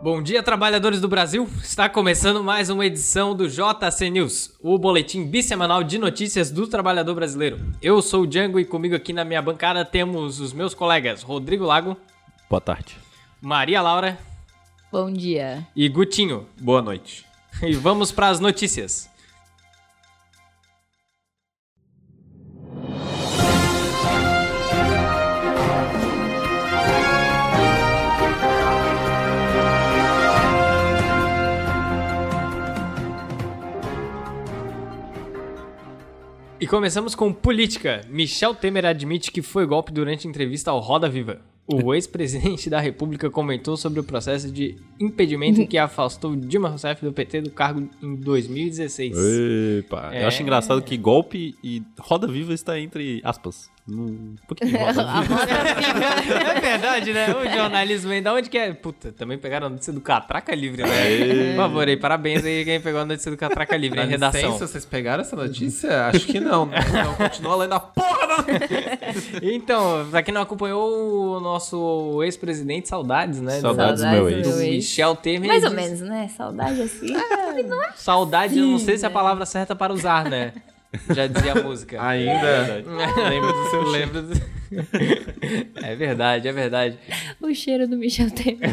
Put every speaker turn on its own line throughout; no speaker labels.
Bom dia, trabalhadores do Brasil. Está começando mais uma edição do JC News, o boletim bissemanal de notícias do trabalhador brasileiro. Eu sou o Django e comigo aqui na minha bancada temos os meus colegas Rodrigo Lago,
Boa tarde.
Maria Laura
Bom dia.
e Gutinho.
Boa noite.
E vamos para as notícias. E começamos com política. Michel Temer admite que foi golpe durante entrevista ao Roda Viva. O ex-presidente da República comentou sobre o processo de impedimento que afastou Dilma Rousseff do PT do cargo em 2016.
Epa.
É.
Eu acho engraçado que golpe e roda viva está entre aspas. Um pouquinho de roda viva.
É verdade, né? O jornalismo aí, da onde que é? Puta, também pegaram a notícia do Catraca Livre, né? Por favor, aí, parabéns aí quem pegou a notícia do Catraca Livre
Dá
em redação.
licença, vocês pegaram essa notícia? Acho que não. Não, continua lendo a porra da...
Então, pra quem não acompanhou o nosso ex-presidente, saudades, né?
Saudades, meu
Saudades,
ex.
meu ex.
Michel Temer.
Mais ou
diz-
menos, né? Saudade assim.
Saudade, eu não sei se é a palavra certa para usar, né? Já dizia a música.
É Ainda.
Lembro do seu lembro. do- É verdade, é verdade.
o cheiro do Michel Temer.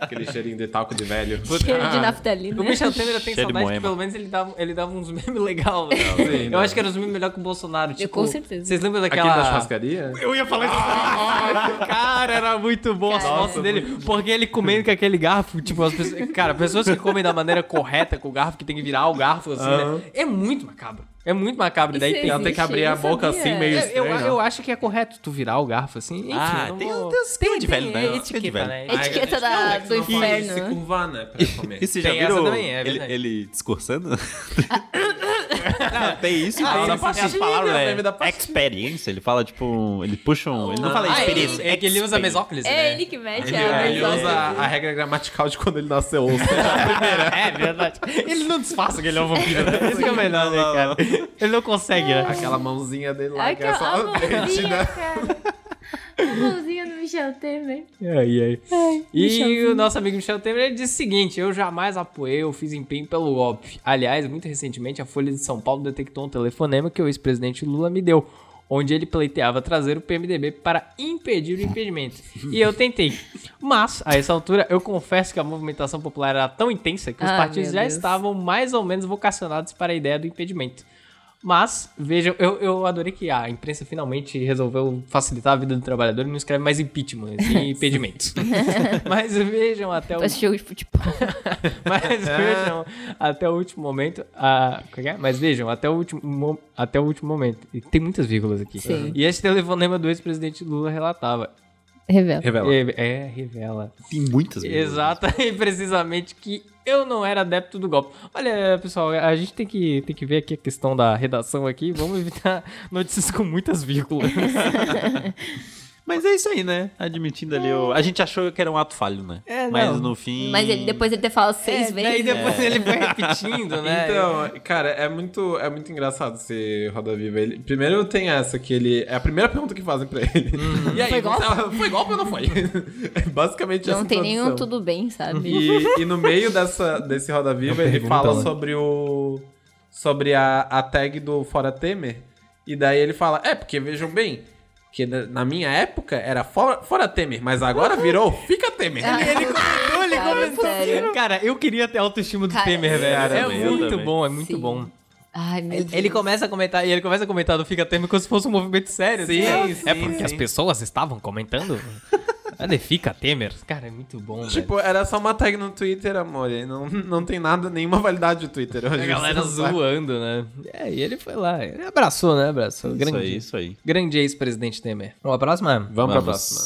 Aquele cheirinho de talco de velho.
cheiro de
O
naftalina.
Michel Temer tem
Cheio de
saudade que
moema.
pelo menos ele dava, ele dava uns memes legais.
sim,
eu
não.
acho que era uns memes melhor que o Bolsonaro. Tipo,
com certeza.
Vocês lembram
Aquele
Ah.
da
daquela.
churrascaria?
Eu ia falar isso. Cara, era muito bom as
Cara.
fotos dele. Porque ele comendo com aquele garfo, tipo, as pessoas. Cara, pessoas que comem da maneira correta com o garfo, que tem que virar o garfo, assim,
Aham.
né? É muito macabro. É muito macabro. E daí
Isso
tem.
existe,
tem que abrir
eu
a boca
sabia.
assim,
Eu,
meio-
eu-
estranho,
eu
né?
acho que é correto tu virar o garfo assim. Enfim,
Ah,
não
tem
vou-
um- tem uns esquema de velho, né? Tem um esquema de
Etiqueta,
velho.
né?
Ah, Etiqueta da-
Não, é que
do
não pode
inferno,
se
né?
curvar, né? Pra comer.
E você já
Tem essa
viram
também, é
ele,
verdade.
ele discursando? Ah, Não, tem isso e
tem
tem
essa
as
pastilha,
palavras,
né?
né?
Meme da pastilha.
Experiência, ele fala tipo, um- ele puxa um, ele não fala
Ah,
experiência.
é, é que ele usa
experiência.
mesóclise, né?
É ele que mete
Ele,
a
ele usa a regra gramatical de quando ele nasceu. Ou seja,
É verdade. Ele não disfarça que ele é um vampiro. Né? Esse que é o melhor, né,
Não, não,
cara? Ele não consegue, né?
aquela mãozinha dele lá, que é
Aquela
só o dente, né?
mãozinha, cara. A mãozinha do Michel Temer.
É,
É,
E o nosso amigo Michel Temer ele disse o seguinte: Eu jamais apoiei ou fiz empenho pelo golpe. Aliás, muito recentemente, a Folha de São Paulo detectou um telefonema que o ex-presidente Lula me deu, onde ele pleiteava trazer o PMDB para impedir o impedimento. E eu tentei. Mas, a essa altura, eu confesso que a movimentação popular era tão intensa que os
Ah,
partidos
meu
já
Deus.
estavam mais ou menos vocacionados para a ideia do impedimento. Mas, vejam, eu, eu adorei que a imprensa finalmente resolveu facilitar a vida do trabalhador e não escreve mais impeachment e impedimentos. Mas vejam até o,
Parece jogo de futebol.
mas vejam até o último momento. A, como é que é? Mas vejam até o último, mo- até o último momento. E tem muitas vírgulas aqui.
Sim.
E esse telefonema do ex-presidente Lula relatava.
Revela.
Revela.
É, é, revela.
Tem muitas mesmo.
Exato, e precisamente que eu não era adepto do golpe. Olha, pessoal, a gente tem que, tem que ver aqui a questão da redação aqui. Vamos evitar notícias com muitas vírgulas.
Mas é isso aí, né? Admitindo ali o... A gente achou que era um ato falho, né?
É, não.
Mas no fim...
Mas ele, depois ele ter falado seis vezes.
Daí depois ele foi repetindo, né?
É. Então, cara, é muito, é muito engraçado esse Roda Viva. Ele, primeiro tem essa, que ele. É a primeira pergunta que fazem pra ele. E aí,
Hum. Foi
foi
golpe?
golpe? foi golpe ou não foi? É basicamente essa
Não tem nenhum
introdução.
tudo bem, sabe?
E, e no meio dessa, desse Roda Viva, ele
pergunta,
fala
né?
sobre o. sobre a, a tag do Fora Temer. E daí ele fala, é, porque vejam bem, que na, na minha época era fora, fora Temer, mas agora virou Fica Temer.
ele comentou, ele comentou.
assim, né? Cara, eu queria ter a autoestima do
Cara,
Temer,
eu
velho. é
também, eu
muito
também.
bom, é muito
Sim.
bom.
Ai, meu
Ele,
Deus.
ele começa a comentar, e ele começa a comentar do Fica Temer como se fosse um movimento sério.
Sim,
assim.
sim,
É porque
sim.
as pessoas estavam comentando. Cadê Fica Temer? Cara, é muito bom, velho.
Tipo, era só uma tag no Twitter, amor. E não, não tem nada, nenhuma validade de Twitter. Hoje
A galera
Você não sabe.
zoando, né? É, e ele foi lá. Ele abraçou, né? Abraçou.
Isso
Grande,
aí, isso aí.
grande ex-presidente Temer. Vamos pra próxima?
Vamos pra próxima.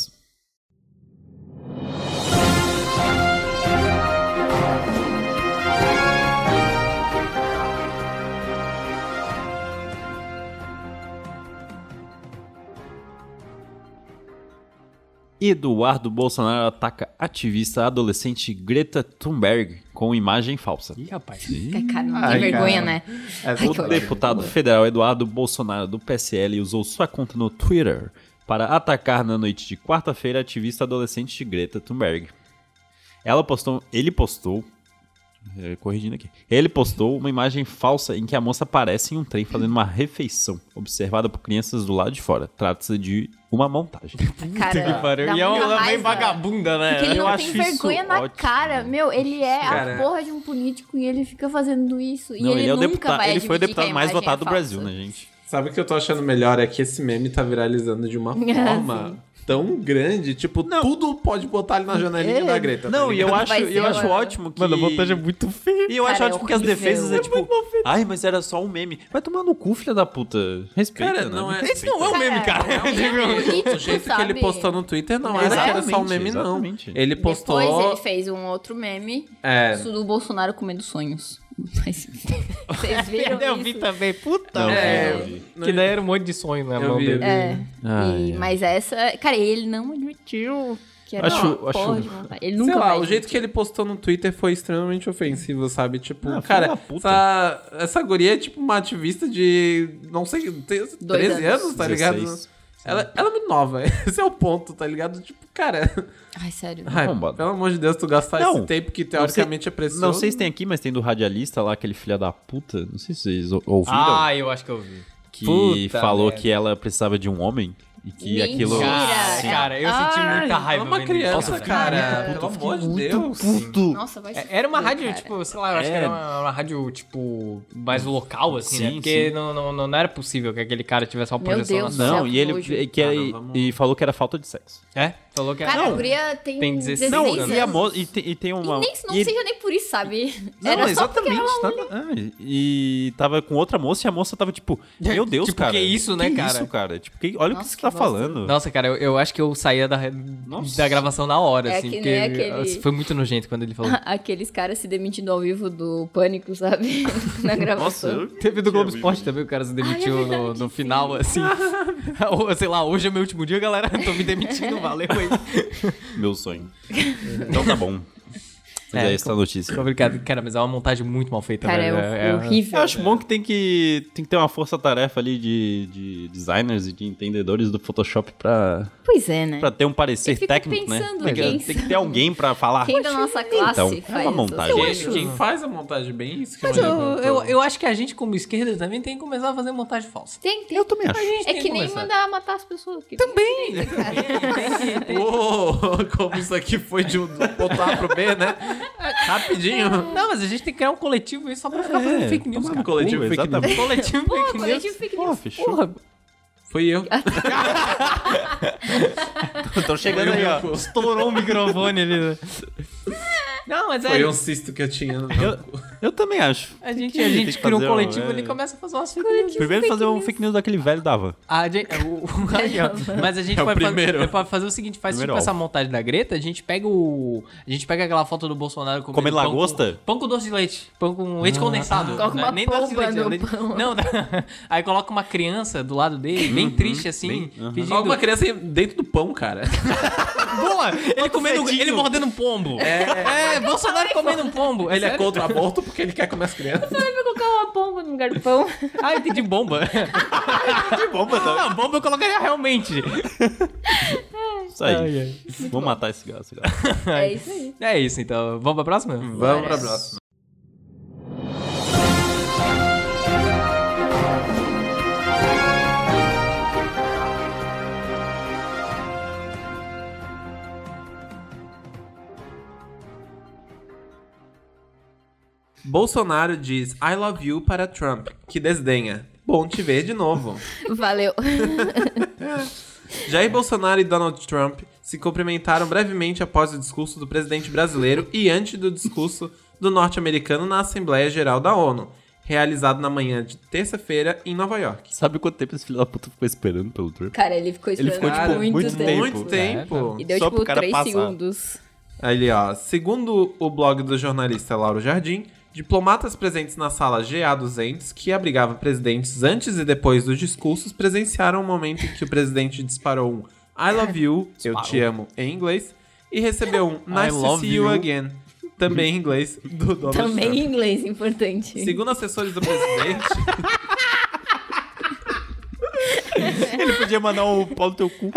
Eduardo Bolsonaro ataca ativista adolescente Greta Thunberg com imagem falsa.
Ih, rapaz.
Ai, é cara, não tem
Ai,
vergonha,
cara.
né?
Essa
Ai,
é
que
O
horror.
deputado federal Eduardo Bolsonaro do PSL usou sua conta no Twitter para atacar na noite de quarta-feira a ativista adolescente Greta Thunberg. Ela postou, ele postou, eh, corrigindo aqui, ele postou uma imagem falsa em que a moça aparece em um trem fazendo uma refeição, observada por crianças do lado de fora. Trata-se de uma montagem.
Puta que pariu.
dá
E é
muita
uma bem
raiva.
vagabunda, né?
Porque ele
eu
não
acho
tem
isso
vergonha na
ótimo.
cara. Meu, ele é
Cara,
a porra de um político e ele fica fazendo isso.
Não,
e ele,
é o
nunca
deputado,
vai
ele foi o
admitir que a
deputado mais
imagem é
votado do
falsa.
Brasil, né, gente?
Sabe o que eu tô achando melhor? É que esse meme tá viralizando de uma
É,
forma tão grande. Tipo, tudo pode botar ali na janelinha
É.
da Greta. tá
Não, e eu
ligado?
acho,
Vai ser
eu acho
agora.
ótimo que
Mano, a montagem é muito feia.
E eu acho
Cara, é
ótimo que as
horrível.
defesas é tipo, ai, mas era só um meme. Vai tomar no cu, filha da puta. Respeita,
Cara,
né?
não é-
Respeita.
Não é um meme, cara.
Cara, ele é político,
O jeito que
sabe?
ele postou no Twitter não era que era só um meme, não.
Exatamente.
Ele postou.
Depois ele fez um outro meme
É.
isso do Bolsonaro comendo sonhos. Mas, vocês viram
Eu vi
isso?
também, puta.
Não,
velho.
É,
eu vi.
Que daí era um monte de sonho, né,
Eu
mano?
vi, eu vi.
É.
Ai,
E-
ai.
Mas essa... Cara, ele não admitiu que era
Acho-
uma porra
acho-
de vontade. Ele
Sei
nunca
lá,
vai
o jeito que ele postou no Twitter foi extremamente ofensivo, sabe? Tipo,
Ah, filho da
cara,
puta.
essa, essa guria é tipo uma ativista de, não sei, te- 13 anos,
anos.
tá ligado?
16.
Ela, ela é muito nova, esse é o ponto, tá ligado? Tipo, cara,
Ai, sério.
ai,
Bombado.
pelo amor de Deus, tu gastar
Não.
esse tempo que teoricamente é precioso.
Não sei se tem aqui, mas tem do radialista lá, aquele filha da puta. Não sei se vocês ou- ouviram.
Ah, eu acho que eu vi.
que
puta
falou
merda.
que ela precisava de um homem. E que
Mentira.
aquilo.
Cara,
Sim.
cara, eu senti
Ai,
muita raiva.
é uma
vendo
criança,
isso,
cara.
Puta,
Pelo
eu fiquei
amor de
muito
Deus.
puto.
Nossa, vai se
É, Era uma
fuder,
rádio,
cara.
tipo, sei lá, eu acho que
É. Hum.
era uma, uma rádio, tipo, mais local, assim, né?
Sim,
Porque
sim.
não, não, não era possível que aquele cara tivesse uma
Meu
projeção
Deus.
nacional.
Não,
Céu,
e
que
ele
nojo.
e que
Ah,
e-
não, vamos-
e falou que era falta de sexo.
É? Falou que era.
Cara, a
Não,
guria tem,
tem 16
16,
Não,
anos.
e a
anos.
moça. E, tem- e tem uma.
E nem se não
e-
seja nem por isso, sabe?
Não,
Era só porque
exatamente.
era uma
um
nada- ah, e tava com outra moça e a moça tava tipo, meu Deus,
Tipo,
cara.
que isso, né,
que
cara?
Isso, cara. Tipo, que- olha o que
Nossa,
você
que
tá
bosta.
falando.
Nossa, cara, eu, eu acho que eu saía da,
Nossa.
da gravação na hora,
É
assim,
que
porque
nem aquele-
foi muito nojento quando ele falou.
Aqueles caras se demitindo ao vivo do pânico, sabe? Na
Nossa,
gravação.
eu-
Teve do Globo
Tinha
Esporte também, o cara se demitiu
Ai, é
no,
verdade,
no
sim.
final, assim. Ou, Sei lá, hoje é meu último dia, galera. Tô me demitindo, valeu aí.
Meu sonho. então tá bom. Mas
É,
é essa a notícia.
Complicado, cara, mas é uma montagem muito mal feita,
Cara, é,
velho.
horrível.
Eu
né?
acho bom que tem que, tem que ter uma força-tarefa ali de, de designers e de entendedores do Photoshop pra,
Pois é, né?
pra ter um parecer
Eu fico
técnico,
pensando,
né? Tem que,
quem
tem que ter
são-
alguém pra falar.
Quem da nossa classe
Então, é
faz um-
uma
essas
montagem.
Quem-
coisas?
Quem faz a montagem bem, isso que
Mas
me
eu,
levantou.
eu, eu acho que a gente, como esquerda, também tem que começar a fazer montagem falsa.
Tem, tem.
Eu também acho.
gente
É
tem
que nem
começar.
mandar matar as pessoas. Que
Também!
Uou, como isso aqui foi de um do ponto A pro B, né? Rapidinho.
Não, mas a gente tem que criar um coletivo aí só pra ficar fazendo fake news,
tomar
cara.
um coletivo
Pô,
fake news.
exatamente. Coletivo
Pô,
fake news.
coletivo fake
Pô,
news.
fechou.
Porra,
Fui eu.
Tô chegando aí, ó.
estourou o microfone ali. né? Não, mas
Foi
é.
um cisto que eu tinha. no-
Eu, eu também acho.
A gente, a
Tem
gente
que
cria um
fazer um,
coletivo
é.
ali e começa a fazer umas fake news.
Primeiro fazer um fake news daquele velho dava.
A gente- é, o- o- aí, ó. mas a gente
É o
pode,
primeiro.
fazer, pode fazer o seguinte: faz
Primeiro
tipo essa
alvo.
montagem da Greta, a gente pega o. A gente pega aquela foto do Bolsonaro comendo.
Comendo
pão
lagosta? Ah.
Com, pão com doce de leite. Pão com leite condensado.
Coloca
né?
uma pomba
né?
no
Leite-
pão.
Não, dá- aí coloca uma criança do lado dele, bem triste assim,
Uhum, bem, aham.
pedindo.
Alguma criança dentro do pão, cara.
Boa! Ele comendo. Ele mordendo um pombo. É, Bolsonaro comendo um pombo.
Ele é
sério?
contra o aborto porque ele quer comer as crianças.
Eu vou colocar uma bomba no lugar do pão.
Ah, eu entendi bomba.
Que bom, mas
Ah, Não, bomba eu colocaria realmente.
Isso aí. Vou matar esse gato. esse gato.
É isso aí.
É isso, então. Vamos pra próxima?
Vamos pra próxima. Bolsonaro diz I love you para Trump, que desdenha. Bom te ver de novo.
Valeu.
Jair Bolsonaro e Donald Trump se cumprimentaram brevemente após o discurso do presidente brasileiro e antes do discurso do norte-americano na Assembleia Geral da ONU, realizado na manhã de terça-feira em Nova York.
Sabe quanto tempo esse filho da puta ficou esperando pelo Trump?
Cara, ele ficou
Ele
esperando
ficou, tipo,
muito,
muito
tempo.
Muito tempo.
E deu,
Só pro
tipo,
cara
3
passar.
segundos.
Ali, ó. Segundo o blog do jornalista Lauro Jardim, diplomatas presentes na sala GA200, que abrigava presidentes antes e depois dos discursos, presenciaram o momento em que o presidente disparou um I love you, eu te amo, em inglês, e recebeu um Nice to
love
see you,
you.
again, também em inglês, do Donald
Também em
Trump.
inglês, importante.
Segundo assessores do presidente,
Ele podia mandar o pau no teu cu.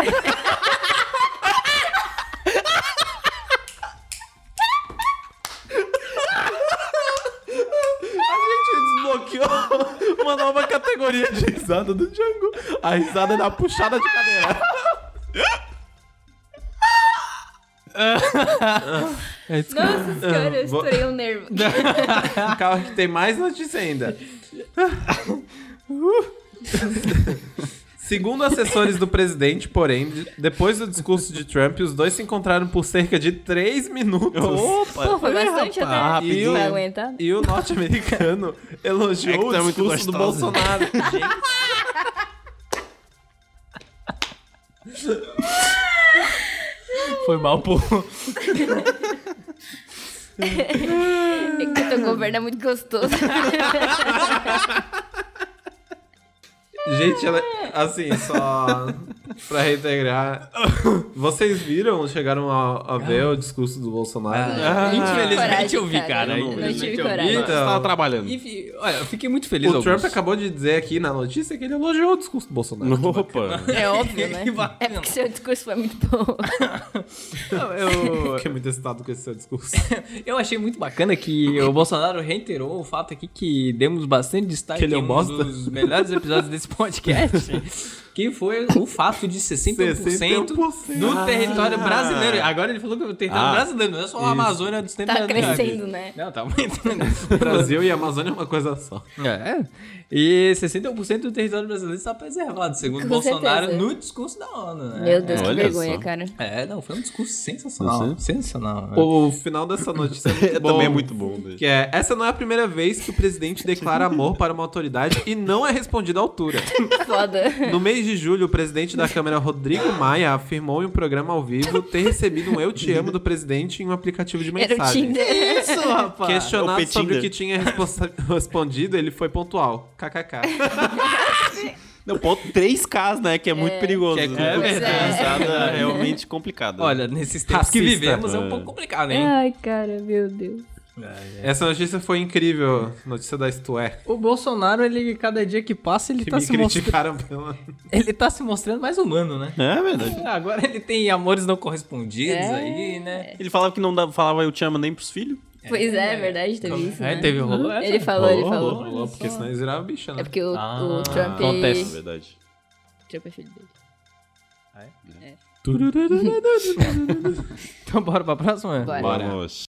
criou uma nova categoria de risada do Django. A risada da puxada de cadeira.
Nossa senhora, eu
vou-
estourei o nervo.
Calma que tem mais notícia ainda.
Uh.
Segundo assessores do presidente, porém, de- depois do discurso de Trump, os dois se encontraram por cerca de três minutos.
Oh.
Pô, foi bastante até.
rapaz,
Vai
rapidinho.
aguentar.
E o norte-americano elogiou
É que tá
o
muito
discurso do
gostosa.
Bolsonaro.
Foi mal por.
É que teu governo é muito gostoso.
Gente, ela, assim, só pra reintegrar. Vocês viram, chegaram a, a ver o discurso do Bolsonaro?
Ah, é.
Infelizmente
Coragem,
eu vi, cara.
cara.
Eu não vi.
Infelizmente eu
Eu não tive
vi.
coragem.
Você tava trabalhando.
Enfim, olha, eu fiquei muito feliz.
O Trump
Augusto.
acabou de dizer aqui na notícia que ele elogiou o discurso do Bolsonaro.
Opa.
É óbvio, né?
Que bacana.
É porque seu discurso foi muito bom.
Eu,
Fiquei muito excitado com esse seu discurso.
eu achei muito bacana que o Bolsonaro reiterou o fato aqui que demos bastante destaque
Que ele é um
em um
bosta.
dos melhores episódios desse podcast, que foi o fato de um 60%,
61%.
do
Ah.
território brasileiro. Agora ele falou que o território
Ah.
brasileiro não é só a Amazônia dos tempos
Tá crescendo, né?
Não, tá aumentando.
Brasil e Amazônia é uma coisa só.
É. E 61% do território brasileiro está preservado, segundo
Com
Bolsonaro,
certeza.
no discurso da ONU, né?
Meu Deus, que
Olha
vergonha,
só.
cara.
É, não, foi um discurso sensacional.
Não
Sensacional. né?
O final dessa notícia é muito bom.
Também é muito bom. né?
Que é, essa não é a primeira vez que o presidente declara amor para uma autoridade e não é respondido à altura.
Foda.
No mês de julho, o presidente da Câmara, Rodrigo Maia, afirmou em um programa ao vivo ter recebido um Eu Te Amo do presidente em um aplicativo de
é
Era o
mensagem.
Tinder.
Isso, rapaz!
o
Questionado
Petinder.
sobre o que tinha responsa- respondido, ele foi pontual. KKK.
Não, ponto 3Ks, né? Que é muito perigoso.
Que é-
né?
é
verdade.
Risada realmente complicada.
Olha, nesses tempos que
Racista.
vivemos é um
É.
pouco complicado, hein?
Ai, cara, meu Deus.
Essa notícia foi incrível. Notícia da Isto É.
O Bolsonaro, ele, cada dia que passa, ele
Que
tá,
me
se mostra...
criticaram pela...
ele tá se mostrando mais humano, né?
É verdade.
Agora ele tem amores não correspondidos
É.
aí, né?
Ele falava que não dava- falava eu te amo nem pros filhos.
Pois é, é verdade, teve isso.
Aí
né?
teve um rolou essa?
Ele falou, ele
Rolou,
falou.
Rolou, porque senão eles viravam bicha,
É
né?
porque o,
Ah,
o Trump.
É
acontece.
verdade.
Trump é filho dele.
Então bora pra próxima?
Bora.
Bora.
Vamos.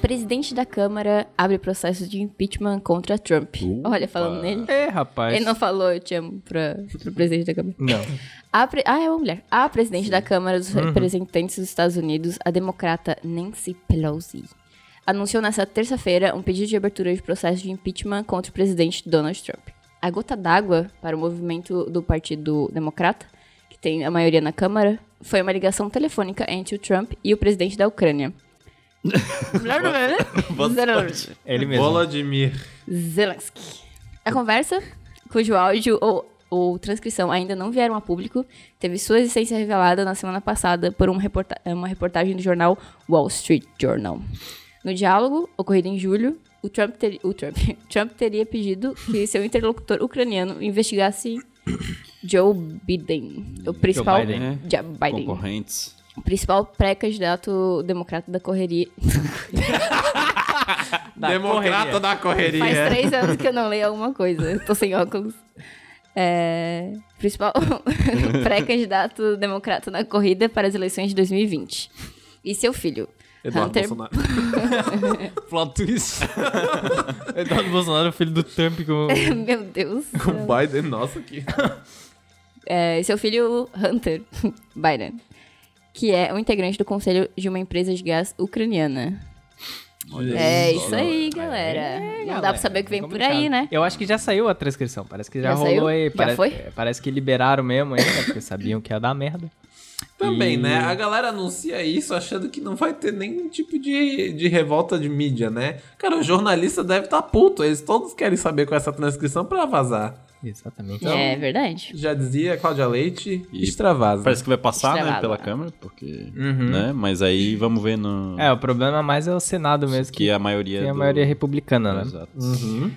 Presidente da Câmara abre processo de impeachment contra Trump.
Uh,
Olha, falando nele.
É, rapaz.
Ele não falou, eu te amo, pra, pro presidente da Câmara.
Não.
A pre- Ah, é uma mulher. A presidente da Câmara dos Representantes dos Estados Unidos, a democrata Nancy Pelosi, anunciou nesta terça-feira um pedido de abertura de processo de impeachment contra o presidente Donald Trump. A gota d'água para o movimento do Partido Democrata, que tem a maioria na Câmara, foi uma ligação telefônica entre o Trump e o presidente da Ucrânia.
Bastante.
É
Ele mesmo.
Volodymyr.
Zelensky. A conversa, cujo áudio ou, ou transcrição ainda não vieram a público, teve sua existência revelada na semana passada por um reporta- uma reportagem do jornal Wall Street Journal. No diálogo, ocorrido em julho, o Trump, ter- o Trump- Trump teria pedido que seu interlocutor ucraniano investigasse Joe Biden, o principal
Biden, né?
Ja- Biden,
Concorrentes.
o principal pré-candidato democrata da correria.
Da
Democrata
correria.
da correria.
Faz três anos que eu não leio alguma coisa. Eu Tô sem óculos. É, principal pré-candidato democrata na corrida para as eleições de 2020. E seu filho,
Eduardo
Hunter.
Bolsonaro.
Plot twist. Eduardo Bolsonaro, é filho do Trump com...
Meu Deus.
Com Biden, nossa, que...
É, seu filho, Hunter Biden, que é um integrante do conselho de uma empresa de gás ucraniana. É isso aí, é, galera. não dá pra saber o que vem por aí, né?
Eu acho que já saiu a transcrição. Parece que já,
Já
rolou
saiu?
aí.
Já
pare-
foi?
é, Parece que liberaram mesmo aí, né? Porque sabiam que ia dar merda.
Também,
E-
né? A galera anuncia isso achando que não vai ter nenhum tipo de, de revolta de mídia, né? Cara, o jornalista deve estar puto. Eles todos querem saber com essa transcrição pra vazar.
Exatamente.
é verdade.
Já dizia Cláudia Leite,
E
extravasa.
Parece que vai passar, né,
Estrelado,
pela
né?
câmera, porque,
Uhum.
né, mas aí vamos ver no...
É, o problema mais é o é Senado mesmo, que,
que a maioria
tem a
do-
maioria republicana, né?
Exato.
Uhum.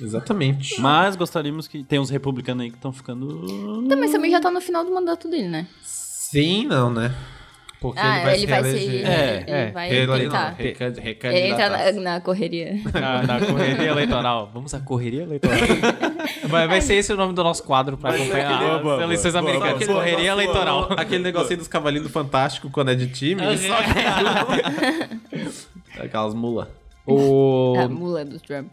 Exatamente.
Mas gostaríamos que. Tem uns republicanos aí que estão ficando.
Então, mas também já tá no final do mandato dele, né?
Sim, não, né? Porque
ah, ele vai,
eleger.
se.
É,
ele
é.
vai
Ele não,
tentar.
recan-
Ele entra na,
recandidatar-se.
na correria.
Ah,
Na, na correria eleitoral.
Vamos à correria eleitoral. vai, vai ser esse é o nome do nosso quadro pra
Mas é
acompanhar
aquele-
as
boa,
eleições
boa,
americanas.
Aquele
correria
negócio-
eleitoral.
Aquele negocinho dos cavalinhos do Fantástico quando é de time. ele só- Aquelas mulas.
O...
A mula do Trump.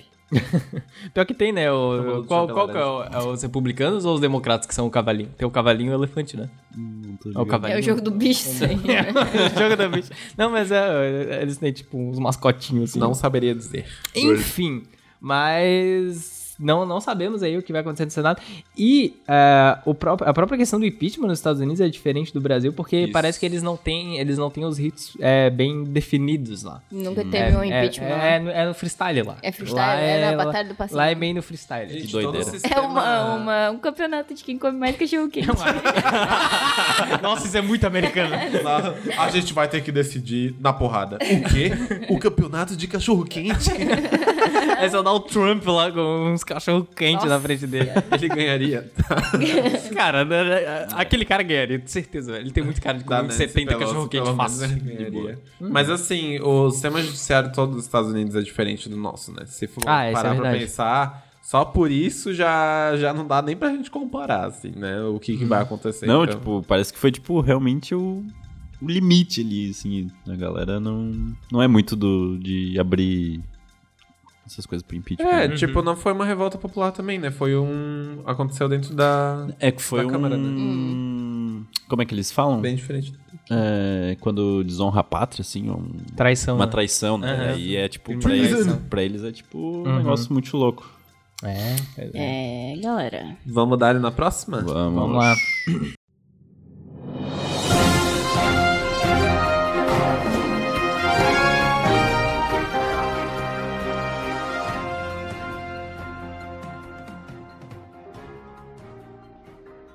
Pior que tem, né? O...
mundo
Qual,
chapéu
qual que é, o- é os republicanos ou os democratas que são o cavalinho? Tem o cavalinho e o elefante, né?
Hum,
É o
É
cavalinho.
o jogo do bicho, isso aí.
É.
né?
Jogo da bicha. Não, mas é, eles têm tipo uns mascotinhos assim.
Não saberia dizer.
Enfim, mas não, não sabemos aí o que vai acontecer no Senado. E ah, o pró- a própria questão do impeachment nos Estados Unidos é diferente do Brasil, porque
Isso.
parece que eles não têm, eles não têm os hits é, bem definidos lá.
Nunca teve um
é,
impeachment.
é,
né?
é no, é no freestyle lá.
É freestyle,
Lá
é na
lá-
batalha do passinho.
Lá é bem no freestyle.
Gente, doideira.
todo o
É
sistema-
uma, uma- um campeonato de quem come mais cachorro quente.
Nossa, isso é muito americano.
Na- A gente vai ter que decidir na porrada. O quê? O campeonato de cachorro-quente.
é só dar o Trump lá com uns cachorro quente na
Nossa.
frente dele.
Ele ganharia.
Cara, né, né, aquele cara ganharia, de certeza. velho. Ele tem muito cara de
Da
comer
né,
Nancy
70
Pelosi,
cachorro quente
pelo
fácil. Uhum.
menos,
De boa.
ganharia. Mas assim, o sistema judiciário todo dos Estados Unidos é diferente do nosso, né? Se for
Ah, isso é
parar pra
verdade.
pensar, só por isso já, já não dá nem pra gente comparar, assim, né? O que, que
Uhum.
vai acontecer.
Não,
então.
tipo, parece que foi, tipo, realmente o, o limite ali, assim. A galera não, não é muito do, de abrir essas coisas pro impeachment. né?
Uhum.
É, tipo, não foi uma revolta popular também, né? Foi um... Aconteceu dentro da...
É que foi
Da
um...
Câmara, né?
Hum.
Como é que eles falam?
Bem diferente.
É, quando desonra a pátria, assim, um-
Traição.
uma
né?
traição, né?
Aham.
Aí é, tipo,
Uma
pra eles,
traição.
pra eles é, tipo, um
Uhum.
negócio muito louco.
É.
É, galera.
Vamos dar ele na próxima? Ah,
Vamos,
Vamos lá.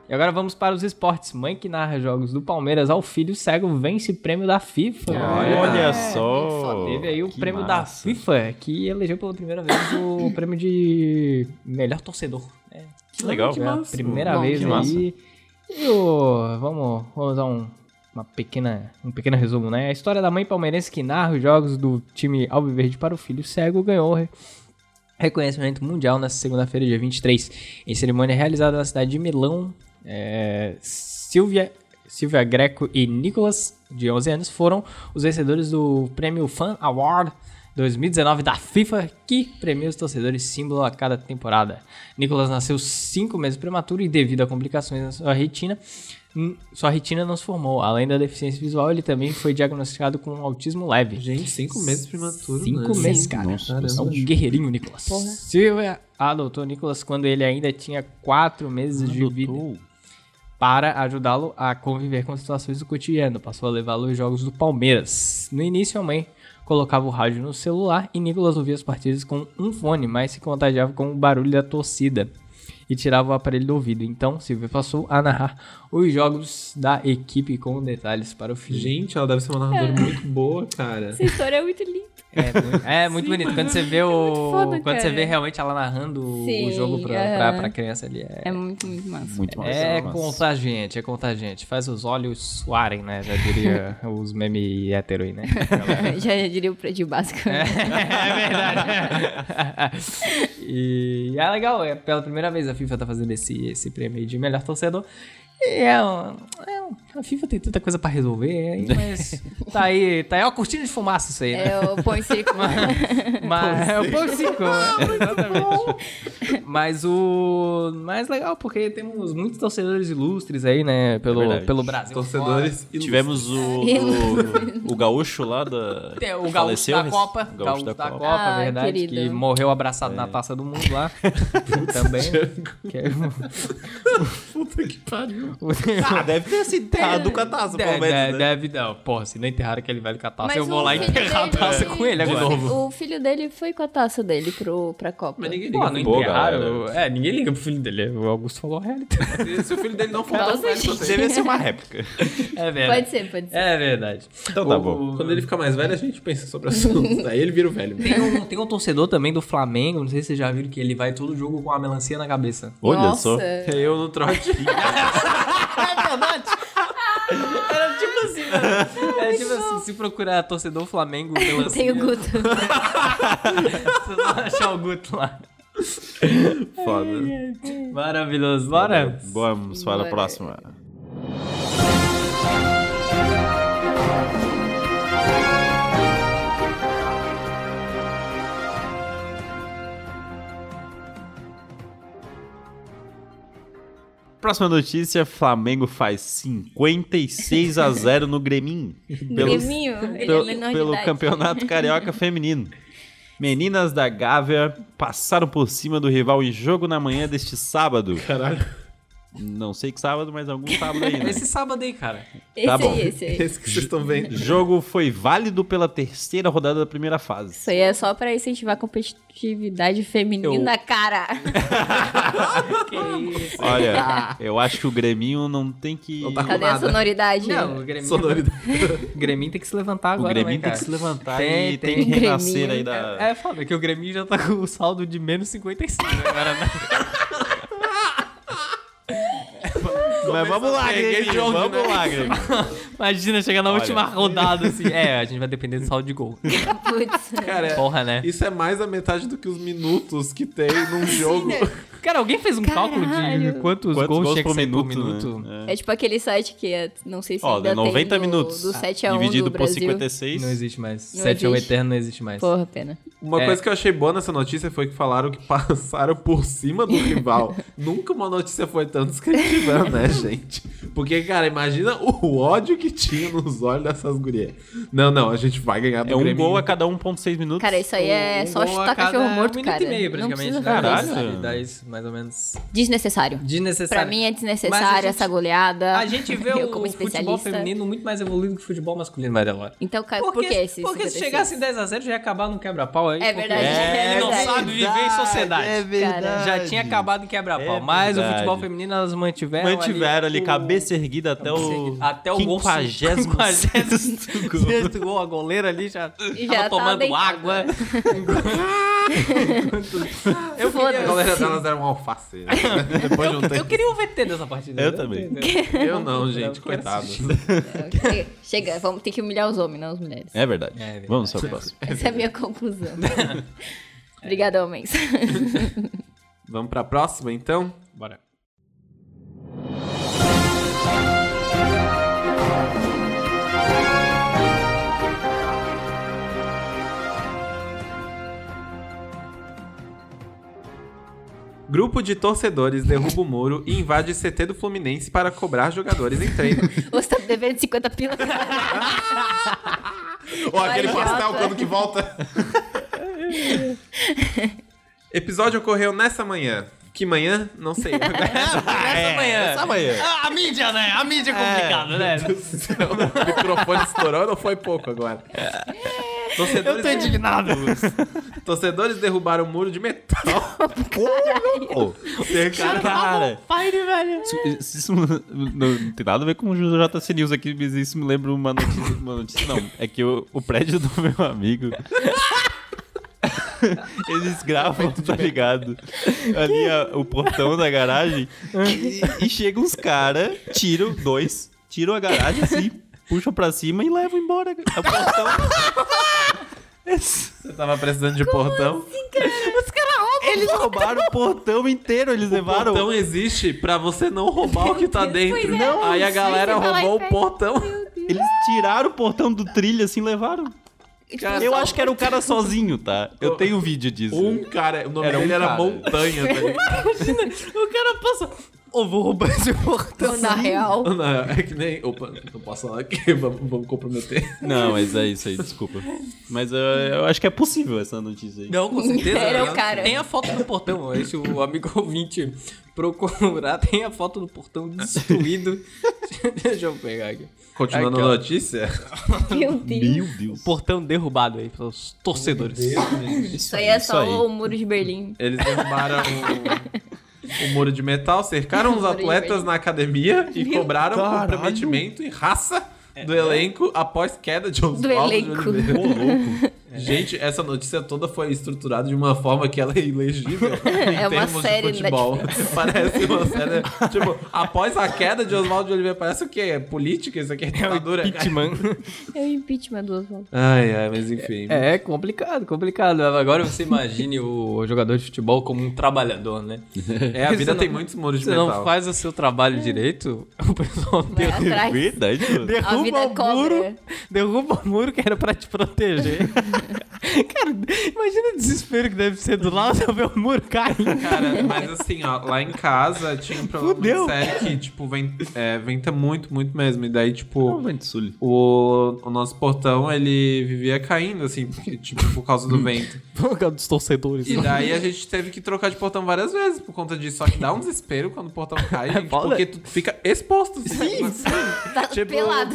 E agora vamos para os esportes. Mãe que narra jogos do Palmeiras ao filho cego vence prêmio da FIFA.
Olha,
É.
só!
Teve aí o
Que
prêmio da
massa.
FIFA, que elegeu pela primeira vez o prêmio de melhor torcedor. né?
Que legal.
Que é a
massa.
primeira
Bom,
vez
que
aí.
massa.
E o- vamos, vamos dar um, uma pequena, um pequeno resumo, né? A história da mãe palmeirense que narra os jogos do time Alviverde para o filho cego ganhou re- reconhecimento mundial nesta segunda-feira, dia 23, em cerimônia realizada na cidade de Milão. É, Silvia, Silvia Greco e Nicolas, de 11 anos, foram os vencedores do prêmio Fan Award 2019 da FIFA, que premia os torcedores símbolo a cada temporada. Nicolas nasceu 5 meses prematuro e, devido a complicações na sua retina, hum, sua retina não se formou. Além da deficiência visual, ele também foi diagnosticado com autismo leve.
Gente, cinco meses prematuro,
Cinco
né?
meses, cara.
Nossa,
Caramba,
bastante.
um guerreirinho, Nicolas. Silvia é- adotou Nicolas quando ele ainda tinha quatro meses de vida
Adotou.
para ajudá-lo a conviver com situações do cotidiano. Passou a levá-lo aos jogos do Palmeiras. No início, a mãe colocava o rádio no celular e Nicolas ouvia as partidas com um fone, mas se contagiava com o barulho da torcida e tirava o aparelho do ouvido. Então, Silvia passou a narrar os jogos da equipe com detalhes para o filho.
Gente, ela deve ser uma narradora muito boa, cara.
Essa história é muito linda.
É muito, é muito bonito. Quando você vê o.
foda,
quando você
cara.
vê realmente ela narrando o- o
Sim,
jogo pra,
aham.
pra, pra criança ali. É,
É muito, muito massa.
Muito massa.
é
massa.
contagiante, é contagiante. Faz os olhos suarem, né? Já diria os memes hétero aí, né?
já, já diria o prédio básico.
É verdade. e é legal, é pela primeira vez a FIFA tá fazendo esse, esse prêmio aí de melhor torcedor. E é, um, é um- a FIFA tem tanta coisa pra resolver, aí, mas tá aí, tá aí uma cortina de fumaça isso aí, né?
É o põe né? circo.
Mas é o Pão Cinco, exatamente. Mas o mais legal, porque temos muitos torcedores ilustres aí, né? Pelo,
verdade.
pelo Brasil.
Torcedores e
Tivemos o, o, o gaúcho lá da.
Tem É, O
que
Gaúcho
faleceu né?
da
rec-
Copa.
o
Gaúcho, da, Copa,
Ah,
verdade.
querido.
Que morreu abraçado na taça do mundo lá. também. Que é um-
Puta que pariu.
Ah, deve ter sido enterrado com a taça, pelo
Deve, deve,
menos, né?
deve não. Porra, se não enterrar aquele velho com a taça,
Mas
eu vou
o
lá
filho
enterrar a
dele-
taça com ele
De
agora.
novo.
O filho dele foi com a taça dele pro, pra Copa.
Mas ninguém
Pô,
liga.
não
Pô,
enterraram. É, ninguém liga pro filho dele. O Augusto falou a realidade.
Se- Se o filho dele não for
Nossa,
tão velho quanto
gente.
ele.
Devia ser uma réplica.
É verdade.
Pode ser, pode ser.
É verdade.
Então tá
O-
bom.
Quando ele fica mais velho, a gente pensa sobre o assunto. Daí ele vira o velho.
Tem um, tem um torcedor também do Flamengo, não sei se vocês já viram, que ele vai todo jogo com a melancia na cabeça.
Olha
Nossa.
só.
Eu no trote.
É verdade? Era tipo assim, mano. Era tipo assim, se procurar torcedor Flamengo, melancia,
Tem o Guto.
você não vai achar o Guto lá.
Foda.
Maravilhoso, bora.
Vamos para a
Bora.
próxima. Próxima notícia, Flamengo faz 56 a 0 no Greminho. Pelo-
Greminho, ele
pelo,
é menor de
pelo
idade.
campeonato carioca feminino. Meninas da Gávea passaram por cima do rival em jogo na manhã deste sábado.
Caralho.
Não sei que sábado, mas algum sábado né? ainda.
Esse é sábado aí, cara.
Esse
Tá bom.
aí, esse aí.
Esse que vocês estão vendo.
Jogo foi válido pela terceira rodada da primeira fase.
Isso aí é só pra incentivar a competitividade feminina, cara.
Que isso.
Olha, eu acho que o Greminho não tem que.
Não tá
Cadê a
Nada.
sonoridade?
Não, o Grêmio,
Sonoridade.
o Grêmio tem que se levantar
o
agora, né,
Greminho tem
cara?
que se levantar
Tem,
e
tem.
tem, que renascer
Greminho.
aí da.
É foda que o Grêmio já tá com o saldo de menos 55 agora, né?
Mas vamos lá,
Peguei
Greminho.
de onde,
Vamos
né?
lá, Greminho.
Imagina chegar na
Olha.
última rodada assim. É, a gente vai depender do saldo de gol.
Putz.
Cara,
Porra, né?
isso é mais a metade do que os minutos que tem num jogo.
Cara, alguém fez um cálculo de
Caralho.
quantos,
Quantos
gols,
gols
tinha que
por
ser
minuto?
por minuto?
né? É.
É tipo aquele site que é, não sei se
Ó,
ainda
dá 90
tem do,
minutos.
do 7 a 1
Dividido
do
por
Brasil.
56.
Não existe mais.
Não
7 é o
existe.
eterno, não existe mais.
Porra, pena.
Uma
É.
coisa que eu achei boa nessa notícia foi que falaram que passaram por cima do rival. Nunca uma notícia foi tão descritiva, né, gente? Porque, cara, imagina o ódio que tinha nos olhos dessas gurias. Não, não, a gente vai ganhar do
um
Grêmio.
gol a cada 1,6 minutos.
Cara, isso aí é
Um
só
gol a
chutar
cada
cachorro
um
morto,
minuto
cara.
e meio,
não
praticamente.
precisa
né?
Caralho.
fazer isso.
Dá isso, Dá isso, mais ou menos.
Desnecessário.
Desnecessário.
Pra mim é
Mas
desnecessário
a
essa
gente-
goleada.
A gente vê
eu
o
como
futebol
especialista.
feminino muito mais evoluído que o futebol masculino, mas agora.
Então, cara, por que esse
porque se
56?
chegasse em 10x0 já ia acabar no quebra-pau aí.
É
porque
verdade, é
Ele não
verdade.
sabe viver em sociedade.
É verdade.
Já tinha acabado em quebra-pau,
É
mas o
verdade.
futebol feminino elas mantiveram.
Mantiveram ali,
o-
cabeça erguida até o.
Até o gol.
56º gol.
Sexto gol, a goleira ali já, tava
E já tava
tomando
deitada.
água. eu,
A
queria,
galera delas era um alface. Né? Depois de um
eu
tempo.
queria o VT dessa partida. né?
Eu também.
Eu não, gente,
Eu quero
coitado.
Chega- Chega, vamos ter que humilhar os homens, não as mulheres.
É verdade.
É verdade.
Vamos ao próximo.
Essa é a minha conclusão. Obrigada, homens.
Vamos pra próxima, então?
Bora.
Grupo de torcedores derruba o muro e invade CT do Fluminense para cobrar jogadores em treino.
Você tá devendo 50 pila?
Ou aquele
Ai,
pastel
idiota.
quando que volta. Episódio ocorreu nessa manhã. Que manhã? Não sei.
Essa manhã.
É. Essa manhã.
A, a mídia, né? A mídia é complicada, né?
o microfone estourou, não foi pouco agora. Torcedores,
indignado.
torcedores derrubaram o muro de metal.
Pô,
Cercaram-
tá
cara.
Fire, velho.
Isso, isso- isso não, não tem nada a ver com o JC News aqui, mas isso me lembra uma notícia. Uma notícia não, é que o, o prédio do meu amigo. Eles gravam, tá ligado? Ali a- o portão da garagem. E, e chegam uns caras, tiram dois, tiram a garagem assim, puxam pra cima e levam embora o portão.
Você tava precisando de
assim?
portão.
Eles roubaram o portão inteiro, eles
O
levaram.
é-
portão existe pra você não roubar o que tá dentro.
Pois é,
Não, Aí a
isso
galera
aí você vai lá e
roubou o
pega.
portão.
Eles tiraram o portão do trilho assim, levaram.
Cara,
Eu acho que era o cara sozinho, tá? Eu tenho um vídeo disso.
Um cara, o nome
Era um
dele era
cara.
Montanha, tá ligado?
O cara passa. Ou vou roubar esse portão.
Então, na real.
Não, é que nem. Opa, não posso falar aqui, vamos, vamos comprometer.
Não, mas é isso aí, desculpa. Mas eu, eu acho que é possível essa notícia aí.
Não, com certeza.
Era o
né?
cara.
Tem a foto do portão. Esse o amigo ouvinte procurar, tem a foto do portão destruído. Deixa eu pegar aqui.
Continuando
Aqui, ó.
a notícia.
Meu Deus.
Meu Deus.
Portão derrubado aí pelos torcedores.
Isso aí é
isso
só
aí.
o muro de Berlim.
Eles derrubaram o, o muro de metal, cercaram os atletas na academia e cobraram
Caralho.
comprometimento e raça do elenco após queda de Oswaldo
Do
de
elenco.
Oliveira.
Ô, louco.
Gente, essa notícia toda foi estruturada de uma forma que ela é ilegível em
É uma
termos
série
de futebol. Parece uma série. Tipo, após a queda de Oswaldo de Oliveira, parece o quê? É política? Isso aqui é ditadura?
É o impeachment do Oswaldo.
Ai, ai, mas enfim.
É complicado, complicado. Agora você imagine o jogador de futebol como um trabalhador, né?
É, a vida
Você
tem
não-
muitos muros de
Você
metal.
não faz o seu trabalho direito, o pessoal
Vai
derruba,
atrás.
é Verdade, mano.
A vida
derruba o
cobra.
muro, derruba o muro que era pra te proteger. Cara, imagina o desespero que deve ser do lado ao ver o muro caindo.
Cara, mas assim, ó, lá em casa tinha um problema
Fudeu.
muito sério que, tipo, ven- é, venta muito, muito mesmo. E daí, tipo,
Provavelmente Sully.
o, o nosso portão, ele vivia caindo, assim, porque, tipo, por causa do vento.
Por causa dos torcedores.
E daí a gente teve que trocar de portão várias vezes por conta disso. Só que dá um desespero quando o portão cai, gente,
foda.
porque tu fica exposto. Tipo, Sim,
Tá pelado.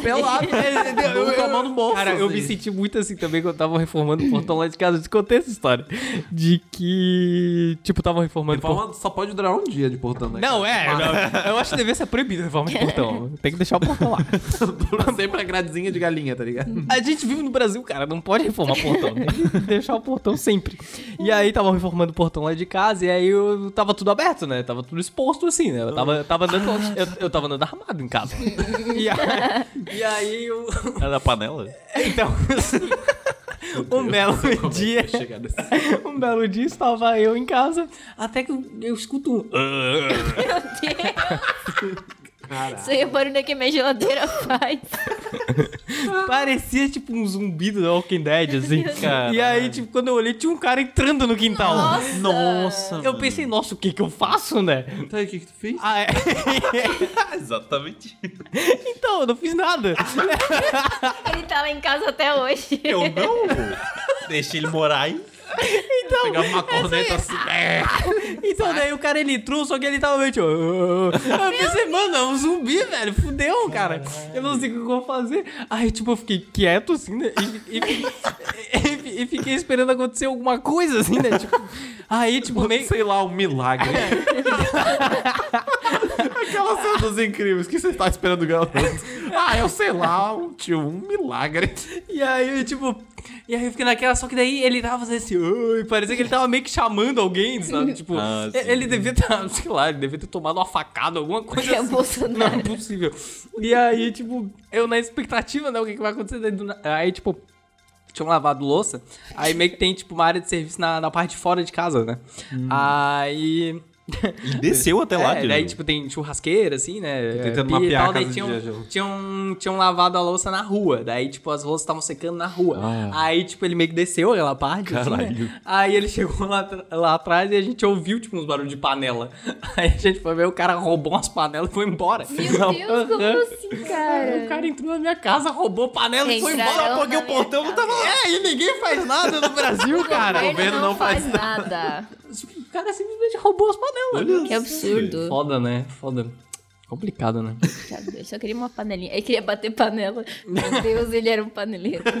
Pelado, é, entendeu? Eu- eu-
mão no bolso,
Cara, eu
assim.
me senti muito assim também quando estavam reformando o portão lá de casa. Eu te contei essa história. De que, tipo, estavam reformando o portão.
Reforma só pode durar um dia de portão, né?
Não, é.
Mas
não. eu acho que devia ser proibido reforma de portão. Tem que deixar o portão lá.
dura sempre a gradezinha de galinha, tá ligado?
A gente vive no Brasil, cara, não pode reformar portão. Tem que deixar o portão sempre. E aí tava reformando o portão lá de casa, e aí eu tava tudo aberto, né? Tava tudo exposto assim, né? Eu tava, tava andando. Eu, eu tava andando armado em casa. E aí, e aí eu.
É da panela?
Então, assim, um belo dia.
é Chegar nesse-
Um belo dia estava eu em casa, até que eu, eu escuto um.
Meu Deus. Isso aí é o barulho que minha geladeira faz.
Parecia tipo um zumbido da Walking Dead, assim.
Caralho.
E aí, tipo, quando eu olhei, tinha um cara entrando no quintal.
Nossa.
Eu pensei, nossa, o que que eu faço, né?
Tá aí, o que que tu fez?
Ah, é.
Ah, Exatamente.
então, eu não fiz nada.
Ele tá lá em casa até hoje.
Eu Então não. Deixa ele morar aí.
Pegar
É
uma corneta assim.
Então, daí o cara ele entrou, só que ele tava meio tipo. "Ah, ah, ah." Eu pensei, mano, é um zumbi, velho. Fudeu, cara. Eu não sei o que eu vou fazer. Aí, tipo, eu fiquei quieto, assim, né? E, e- e- e fiquei esperando acontecer alguma coisa, assim, né? Tipo, aí, tipo, meio.
Sei lá, um milagre. Aquela cena dos incríveis que você tá esperando garoto. Ah, eu sei lá, um tio, um milagre.
E aí, tipo. E aí eu fiquei naquela, só que daí ele tava fazendo assim, "Oi", parecia que ele tava meio que chamando alguém, sabe? Tipo,
Ah, sim.
ele devia estar, sei lá, ele devia ter tomado uma facada, alguma coisa
Que é
assim.
Bolsonaro.
Não é possível. E aí, tipo, eu na expectativa, né, o que, que vai acontecer. daí do na- Aí, tipo, tinham lavado louça. Aí meio que tem, tipo, uma área de serviço na, na parte de fora de casa, né?
Hum.
Aí.
E desceu até lá,
É,
Diego.
daí, tipo, tem churrasqueira, assim, né?
né. tentando
pia e
mapear
tal,
a
daí
casa de
tinham,
Diego.
tinham, tinham lavado a louça na rua. Daí, tipo, as louças estavam secando na rua.
é.
Ah.
Aí, tipo, ele meio que desceu aquela parte, assim, né?
Caralho.
Aí ele chegou lá, atr- lá atrás e a gente ouviu, tipo, uns barulhos de panela. Aí a gente foi ver, o cara roubou umas panelas e foi embora.
Meu Deus,
Aham.
como assim, cara?
O cara entrou na minha casa, roubou panela e foi
Entraram
embora.
na
Porque o
minha
portão não tava lá. É, e ninguém faz nada no Brasil, cara.
O
governo não faz
nada.
O cara simplesmente roubou as panelas.
Que absurdo.
Foda, né? Foda. Complicado, né?
Eu só queria uma panelinha. Ele queria bater panela. Meu Deus, ele era um paneleiro.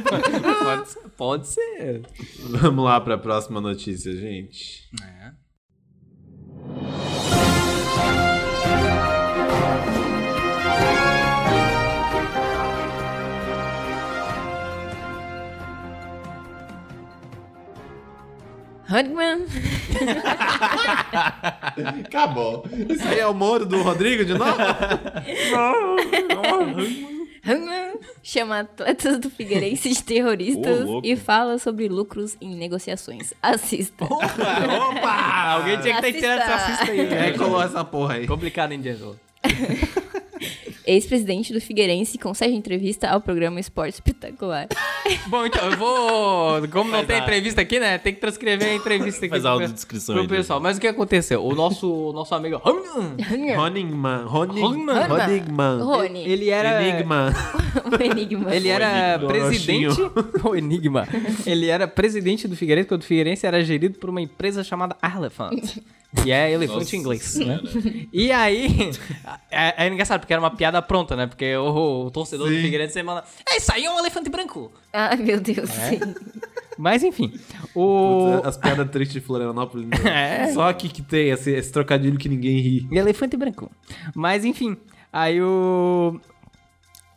Pode ser. Pode ser.
Vamos lá pra próxima notícia, gente.
Hungman.
Acabou. Isso aí é o Moro do Rodrigo de novo?
Hungman. Chama atletas do Figueirense de terroristas
Ô, louco.
e fala sobre lucros em negociações. Assista.
Opa! Alguém tinha que ter tirado essa né?
é
Assista.
assista aí.
Quem
É
colou essa porra aí?
complicado, hein, Diego?
ex-presidente do Figueirense, concede entrevista ao programa Esporte Espetacular.
Bom, então eu vou. Como não
Faz
tem
a-
entrevista aqui, né? Tem que transcrever a entrevista aqui
Faz a
pro, pe-
audiodescrição
Tipo, pro
aí,
pessoal. Mas o que aconteceu? O nosso, o nosso amigo. Hum,
Honigman. Ronin-
é? Honigman.
Honigman.
Rony,
Ele era.
Enigma.
um enigma.
Ele era
Enigma.
presidente. o Enigma. Ele era presidente do Figueirense, quando o Figueirense era gerido por uma empresa chamada Elephant. E é elefante
Nossa
em inglês, né? E aí. É, é engraçado, porque era uma piada pronta, né? Porque o, o torcedor do Figueirense sempre manda. É, isso aí é um elefante branco.
Ah, meu Deus.
É? Mas enfim. O.
Putz, As piadas tristes de Florianópolis. né?
É.
Só aqui que tem esse, esse trocadilho que ninguém ri.
Elefante branco. Mas enfim, aí o.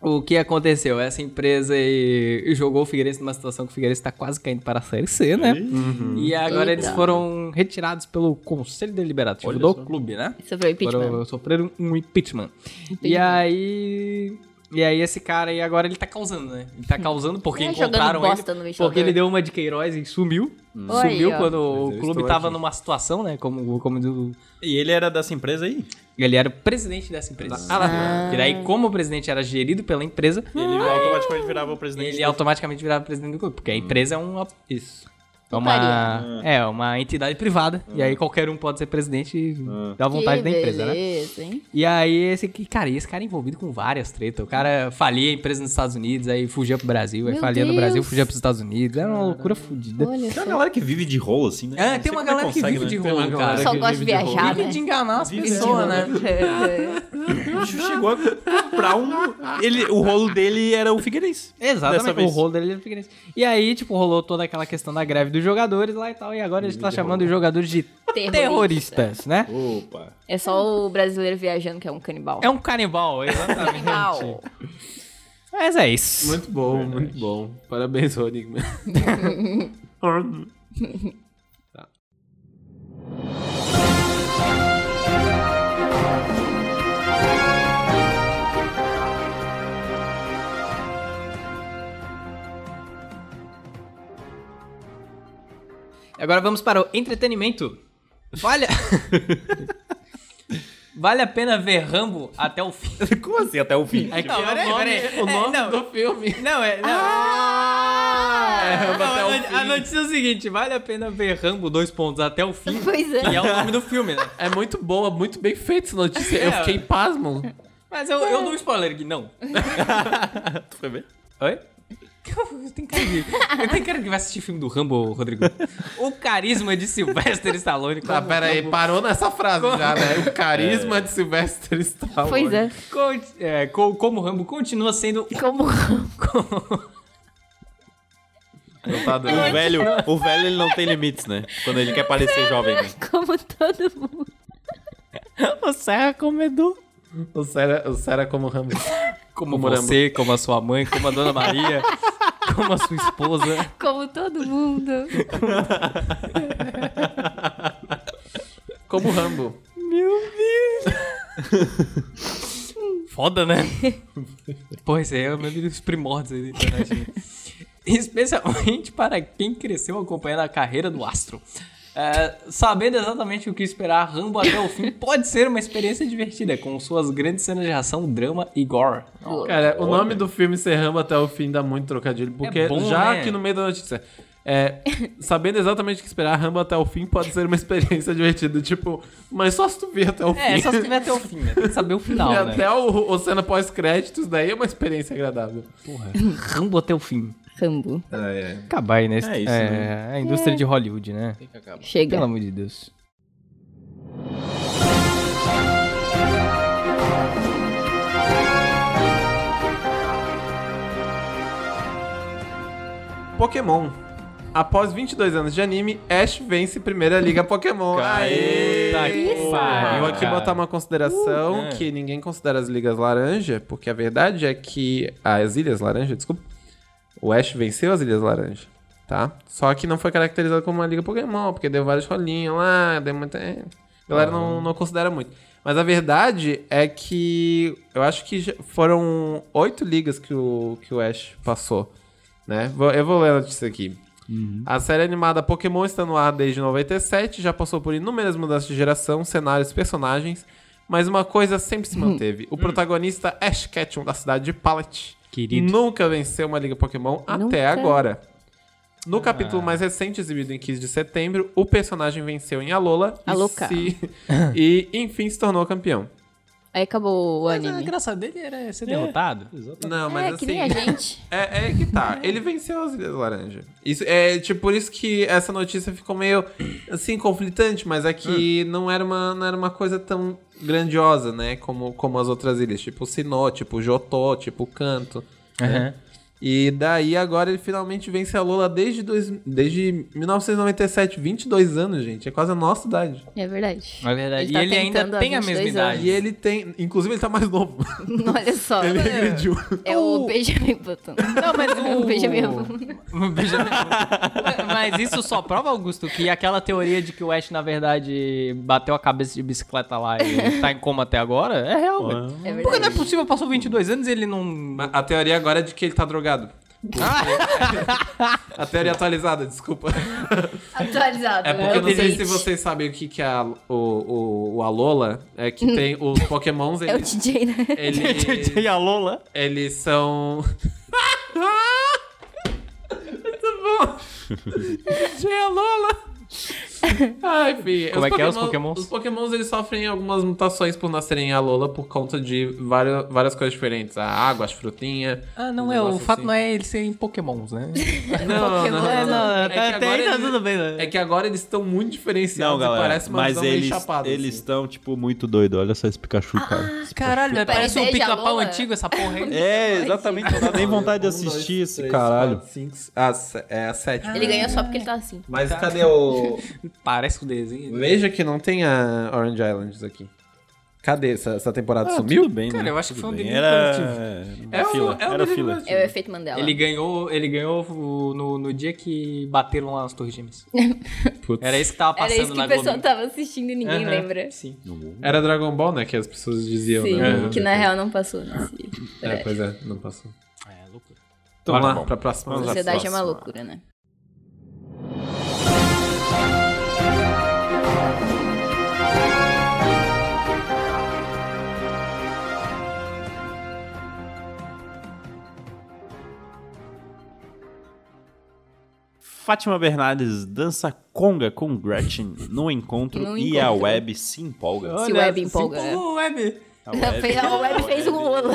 O que aconteceu? Essa empresa aí jogou o Figueirense numa situação que o Figueirense tá quase caindo para a Série C, né? E agora eles
Eita.
foram retirados pelo Conselho Deliberativo
Olha
do
só.
clube, né?
Sobre o impeachment.
Foram, sofreram um impeachment. E aí. E aí esse cara aí agora ele tá causando, né? Ele tá causando porque
É, jogando
encontraram ele.
bosta no ventilador.
Porque ele deu uma de Queiroz e sumiu.
Hum. Olha
Sumiu
aí, ó.
quando
eu
o clube
estou
tava
aqui.
numa situação, né? Como, como diz o
E ele era dessa empresa aí?
ele era o presidente dessa empresa. E daí, como o presidente era gerido pela empresa,
Ele automaticamente virava o presidente.
Ah, é. ele é automaticamente virava presidente do clube. Porque a empresa é uma. Isso. É uma,
Putaria.
é uma entidade privada. E aí qualquer um pode ser presidente e dá vontade
que
da empresa, né?
beleza, hein?
E aí, esse que, cara, e esse cara é envolvido com várias tretas. O cara falia a empresa nos Estados Unidos, aí fugia pro Brasil, aí
Meu
falia no Brasil,
Deus.
fugia pros Estados Unidos. Era uma loucura fodida.
Olha
Tem
só.
uma galera que vive de rolo, assim, né?
É,
Não
tem
sei
uma
como
galera que
consegue,
vive de
né?
Tem uma
rolo,
galera
cara.
que
Só gosta de
vive rolo.
viajar,
Vive de enganar as
Vive de
pessoas, né?
O bicho chegou a comprar um... Ele, o rolo dele era o Figueirense. Dessa
Exatamente, o
vez.
rolo dele era do Figueirense. E aí, tipo, rolou toda aquela questão da greve dos jogadores lá e tal, e agora a gente tá chamando os jogadores de
Terrorista.
terroristas, né?
Opa.
É só o brasileiro viajando que é um canibal.
É um canibal, exatamente.
canibal.
Mas é isso.
Muito bom, muito bom. Parabéns, Honigman.
Agora vamos para o entretenimento. Vale... Vale a pena ver Rambo até o fim.
Como assim até o fim?
Não,
é o
peraí,
nome-
peraí.
o nome
É, não.
do filme.
Não, é. Não. É,
Ah,
Rambo até o fim. a notícia é o seguinte: vale a pena ver Rambo dois pontos até o fim.
Pois é.
Que é o nome do filme, né?
É muito boa, muito bem feita essa notícia. Eu
É.
fiquei pasmo.
Mas eu, eu dou um spoiler aqui, não.
Tu foi ver?
Oi? Tem cara, que, tem cara que vai assistir filme do Rambo, Rodrigo. O carisma de Sylvester Stallone como
Tá, pera aí,
Rambo
parou nessa frase já, né? O carisma
É.
de Sylvester Stallone.
Pois é.
con- é, co- como Rambo continua sendo...
Como
Não tá dando.
O velho, o velho, ele não tem limites, né? Quando ele quer parecer jovem. né?
Como todo mundo.
o Serra comedor.
O Sera, o Sera como Rambo.
Como,
Como
você, como a sua mãe, como a Dona Maria, como a sua esposa.
Como todo mundo.
Como Rambo.
Foda, né? Pô, esse aí é o meu vídeo dos primórdios aí da internet. né? Especialmente para quem cresceu acompanhando a carreira do astro. É, sabendo exatamente o que esperar, Rambo até o fim pode ser uma experiência divertida, com suas grandes cenas de ação, drama e gore.
Cara, o nome do filme ser Rambo até o fim dá muito trocadilho, porque
É bom,
já
né?
aqui no meio da notícia. É, sabendo exatamente o que esperar, Rambo até o fim pode ser uma experiência divertida. Tipo, mas só se tu vir até o
É,
fim.
só se tiver até o fim, né? Tem que saber o final,
E
né?
Até o, o cena pós-créditos, daí é uma experiência agradável.
Rambo até o fim.
Rambo.
Ah,
Acabar aí, né?
É isso,
é,
né?
a indústria de Hollywood, né?
Chega.
Pelo amor de Deus.
Pokémon. Após 22 anos de anime, Ash vence Primeira Liga Pokémon. Aê!
Puta que
Porra.
pariu,
Eu aqui
cara.
botar uma consideração que ninguém considera as ligas laranja, porque a verdade é que as Ilhas Laranja, desculpa. O Ash venceu as Ilhas Laranja, tá? Só que não foi caracterizado como uma liga Pokémon, porque deu vários rolinhos lá, deu muita. é, A galera não, não considera muito. Mas a verdade é que eu acho que já foram oito ligas que o, que o Ash passou, né? Vou- Eu vou ler a notícia aqui. A série animada Pokémon está no ar desde 97, já passou por inúmeras mudanças de geração, cenários, personagens, Mas uma coisa sempre se
Uhum.
manteve. O protagonista Ash Ketchum, da cidade de Pallet,
Querido.
nunca venceu uma Liga Pokémon até
Nunca.
agora. No capítulo mais recente, exibido em 15 de setembro, o personagem venceu em Alola e
Aloca.
se- e enfim se tornou campeão.
Aí acabou o
Mas é a
anime.
graça dele era ser derrotado.
Não,
é,
mas
que
assim.
nem a gente.
É, é que tá. Ele venceu as Ilhas Laranja. Isso, é, tipo, por isso que essa notícia ficou meio, assim, conflitante, mas é que não, era uma, não era uma coisa tão grandiosa, né? Como, como as outras ilhas. Tipo Sinó, tipo Jotó, tipo Canto.
Aham.
E daí agora ele finalmente vence a Lola desde, dois, desde 1997. 22 anos, gente. É quase a nossa idade.
É verdade.
É verdade.
Ele
e
tá
ele
tentando
ainda
há
tem a
22
mesma
anos.
idade.
E ele tem. Inclusive, ele tá mais novo.
Olha só.
ele Uh! regrediu.
É o Benjamin Button. É
Não, mas o...
O Benjamin
O Um Benjamin Button. Mas isso só prova, Augusto, que aquela teoria de que o Ash, na verdade, bateu a cabeça de bicicleta lá e tá em coma até agora, é real, velho.
É
Porque não é
verdade.
possível, passou 22 anos e ele não...
Mas A teoria agora é de que ele tá drogado. a teoria atualizada, desculpa.
Atualizado. né?
É porque eu não sei
update.
se vocês sabem o que, que é a, o, o, o Alola. É
Hum.
que tem os pokémons,
É o
eles,
DJ, né?
eles,
a Lola.
eles são... Muito bom! Tinha Alola! Ai, fi.
Como é que é os pokémons?
Os pokémons, eles sofrem algumas mutações por nascerem Alola por conta de várias, várias coisas diferentes. A água, as frutinhas...
Ah,
um
não é, o
negócio
fato
assim.
não é ele ser em pokémons, né?
Não,
Pokémon.
não,
não,
não. É que agora ele-
tá bem, né?
É que agora eles estão muito diferenciados
Não, galera,
e parece uma
mas
visão
eles
meio chapada.
eles
assim.
estão tipo muito doido. Olha só esse Pikachu, cara. Esse
Ah, Caralho, velho, parece um
Parece
pica-pau
Lola.
antigo essa porra aí.
É, exatamente. Não dá nem vontade de
Um,
assistir esse caralho.
Cinco, ah, se- é a sétima.
Ele ganhou só porque ele tá assim.
Mas cadê o.
Parece o desenho. né?
Veja que não tem a Orange Islands aqui. Cadê? Essa, essa temporada
Ah,
sumiu?
bem, né?
Cara, eu acho que foi um
Tudo bem.
delírio
Era,
É
era
o-
fila.
é o
Era
delírio
fila.
coletivo.
É o efeito Mandela.
Ele ganhou, ele ganhou o- no, no dia que bateram lá nas Torres Gêmeas.
Putz.
Era isso que tava
Era
passando
isso que
na
o
Globo.
pessoal tava assistindo e ninguém
Aham,
lembra.
Sim.
É.
Era Dragon Ball, né? Que as pessoas diziam,
Sim,
né?
que na real não passou nesse
É,
programa.
pois é, não passou.
É, loucura.
Então,
Vamos
tá
lá,
bom.
pra próxima.
Vamos
A
lá.
sociedade é uma
Próxima.
loucura, né?
Fátima Bernardes dança conga com Gretchen no encontro
No
e
encontro.
a web se empolga.
Se o Web empolga.
Se empolgou o Web.
A
A web fez um Lola.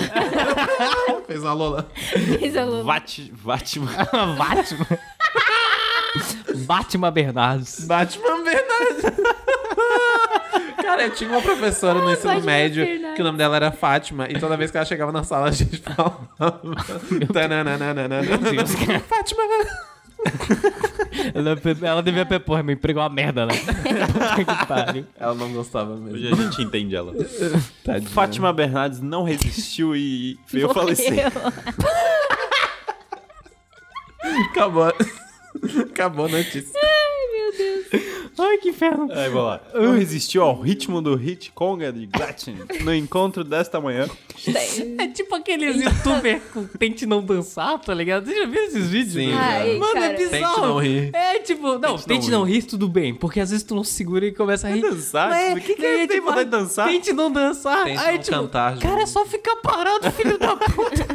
Fez uma Lola.
Fez um a Lola.
Vati- Fátima.
Batman. Batman Bernardes.
Batman Bernardes. Cara, eu tinha uma professora no ensino
Ah, Batman
médio
Bernardes.
que o nome dela era Fátima, e toda vez que ela chegava na sala a gente falava. Tananana.
Deus, cara.
Fátima!
Ela, ela devia ter, porra, meu emprego é uma merda, né? Puta que pariu.
Ela não gostava mesmo.
Hoje a gente entende ela.
Tadinha.
Fátima Bernardes não resistiu e veio falecer.
Acabou. Acabou a notícia.
Ai, que inferno.
Aí, vou lá. Não resistiu ao ritmo do hit conga de Gretchen no encontro desta manhã.
Tem.
É tipo aqueles youtubers que tente não dançar, tá ligado? Você já viu esses vídeos?
Sim.
Ai,
Mano, é
cara.
bizarro.
Tente não rir.
É tipo, não,
não
tente não, rir, tudo bem. Porque às vezes tu não se segura e começa a rir.
dançar?
Ah, Mas
O que que
daí
é? Tem vontade de dançar?
Tente não dançar.
Tente
Aí,
não
tipo,
cantar,
Cara, é só ficar parado, filho da puta.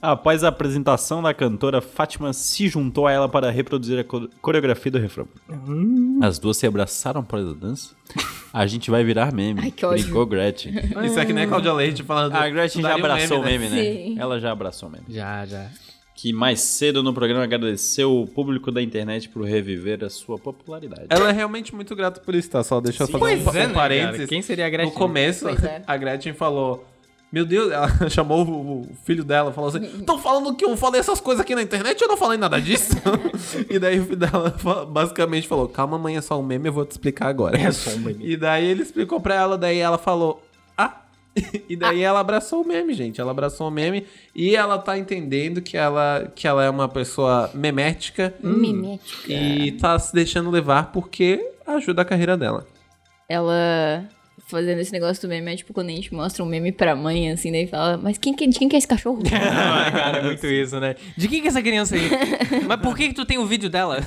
Após a apresentação da cantora, Fátima se juntou a ela para reproduzir a co- coreografia do refrão.
Hum.
As duas se abraçaram após a dança. A gente vai virar meme.
Ai, que ódio.
Brincou Gretchen.
Isso aqui nem é Cláudia Leite falando.
A Gretchen já
daria um
abraçou o
meme,
meme,
né?
né?
Sim.
Ela já abraçou o meme.
Já, já.
Que mais cedo no programa agradeceu o público da internet por reviver a sua popularidade.
Ela é realmente muito grata por isso, tá? Só deixa eu
Sim.
fazer
Pois
um,
é,
um
né,
parênteses.
cara? Quem seria a Gretchen?
No começo,
Pois é.
a Gretchen falou... Meu Deus, ela chamou o- o filho dela, falou assim: Estão falando que eu falei essas coisas aqui na internet, eu não falei nada disso. e daí o filho dela fa- basicamente falou: Calma, mãe, é só um meme, eu vou te explicar agora. É
só um meme.
E daí ele explicou pra ela, daí ela falou: Ah! E daí ela abraçou o meme, gente. Ela abraçou o meme e ela tá entendendo que ela, que ela é uma pessoa memética.
Mimética.
E tá se deixando levar porque ajuda a carreira dela.
Ela fazendo esse negócio do meme é tipo quando a gente mostra um meme pra mãe, assim, daí fala, mas quem, que- de quem que é esse cachorro?
Ah, é cara, é muito isso, né? De quem que é essa criança aí? Mas por que que tu tem o vídeo dela?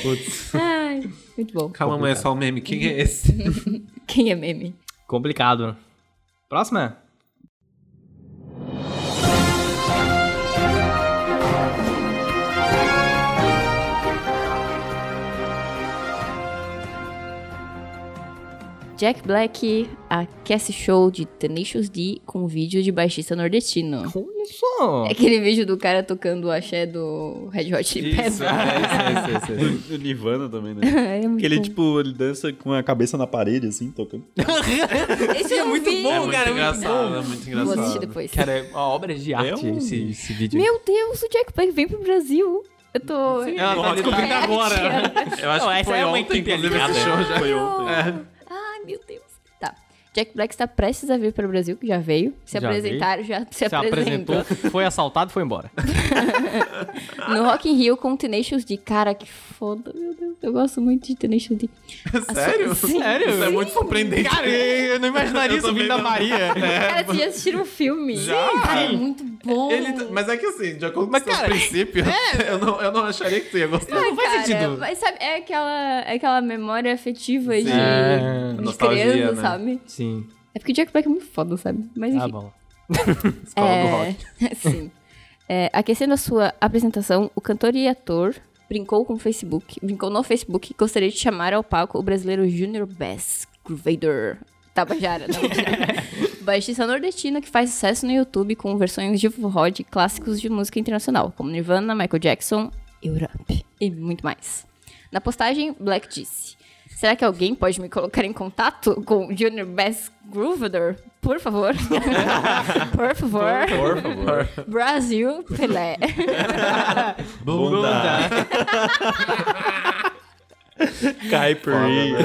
Putz.
Ai, muito bom.
Calma, mãe, é só um meme. Quem
Uhum.
é esse?
Quem é meme?
Complicado. Próxima?
Jack Black aquece show de Tenacious D com vídeo de baixista nordestino.
Olha só.
É aquele vídeo do cara tocando o axé do Red Hot Chili Peppers.
Isso, é isso, é isso, é isso.
Do, do Nirvana também, né?
É muito
Que ele,
bom.
tipo, ele dança com a cabeça na parede, assim, tocando.
Esse eu não vi.
É muito engraçado, é muito
Vou assistir
engraçado.
depois.
Cara, é uma obra de arte
um-
esse, esse vídeo.
Meu Deus, o Jack Black vem pro Brasil. Eu tô...
Ela tá
descobrindo
ligada.
agora.
Eu acho
Não,
que
essa
foi
é muito
ontem, inclusive, esse show
inteligente.
já.
Foi um- ontem.
É.
Ai, meu Deus. Tá. Jack Black está prestes a vir para o Brasil, que já veio. Se
Já
apresentar, já se,
Se
apresentou.
apresentou, foi assaltado e foi embora.
No Rock in Rio com Tenacious D. Cara, que foda, meu Deus. Eu gosto muito de Tenacious D.
Sério?
Sim.
Sério?
Isso é muito surpreendente.
Cara, eu eu não imaginaria
Eu É.
isso
também
vindo da
não.
Maria.
Cara, vocês já assistiram o filme?
Já.
Cara, é muito bom.
Ele tá- mas é que assim, de acordo com
Mas,
os seus
cara, é-
princípios, eu, não, eu não acharia que tu ia gostar.
Ai,
não faz
cara,
sentido.
Mas sabe, é aquela, é aquela memória afetiva de,
É,
de
nostalgia,
criança,
né?
sabe?
Sim,
É porque o Jack Black é muito foda, sabe? Mas enfim.
tá bom.
Escola do
É,
rock.
sim. É, aquecendo a sua apresentação, o cantor e ator brincou com o Facebook, brincou no Facebook e gostaria de chamar ao palco o brasileiro Junior Bass Gravader. Tabajara, não. mentira. Baixista nordestino que faz sucesso no YouTube com versões de forró de clássicos de música internacional, como Nirvana, Michael Jackson, Europe e muito mais. Na postagem, Black disse: Será que alguém pode me colocar em contato com o Junior Bass Groovader? Por favor. Por favor.
Por favor.
Brasil, Pelé.
Bunda. Caipirinha.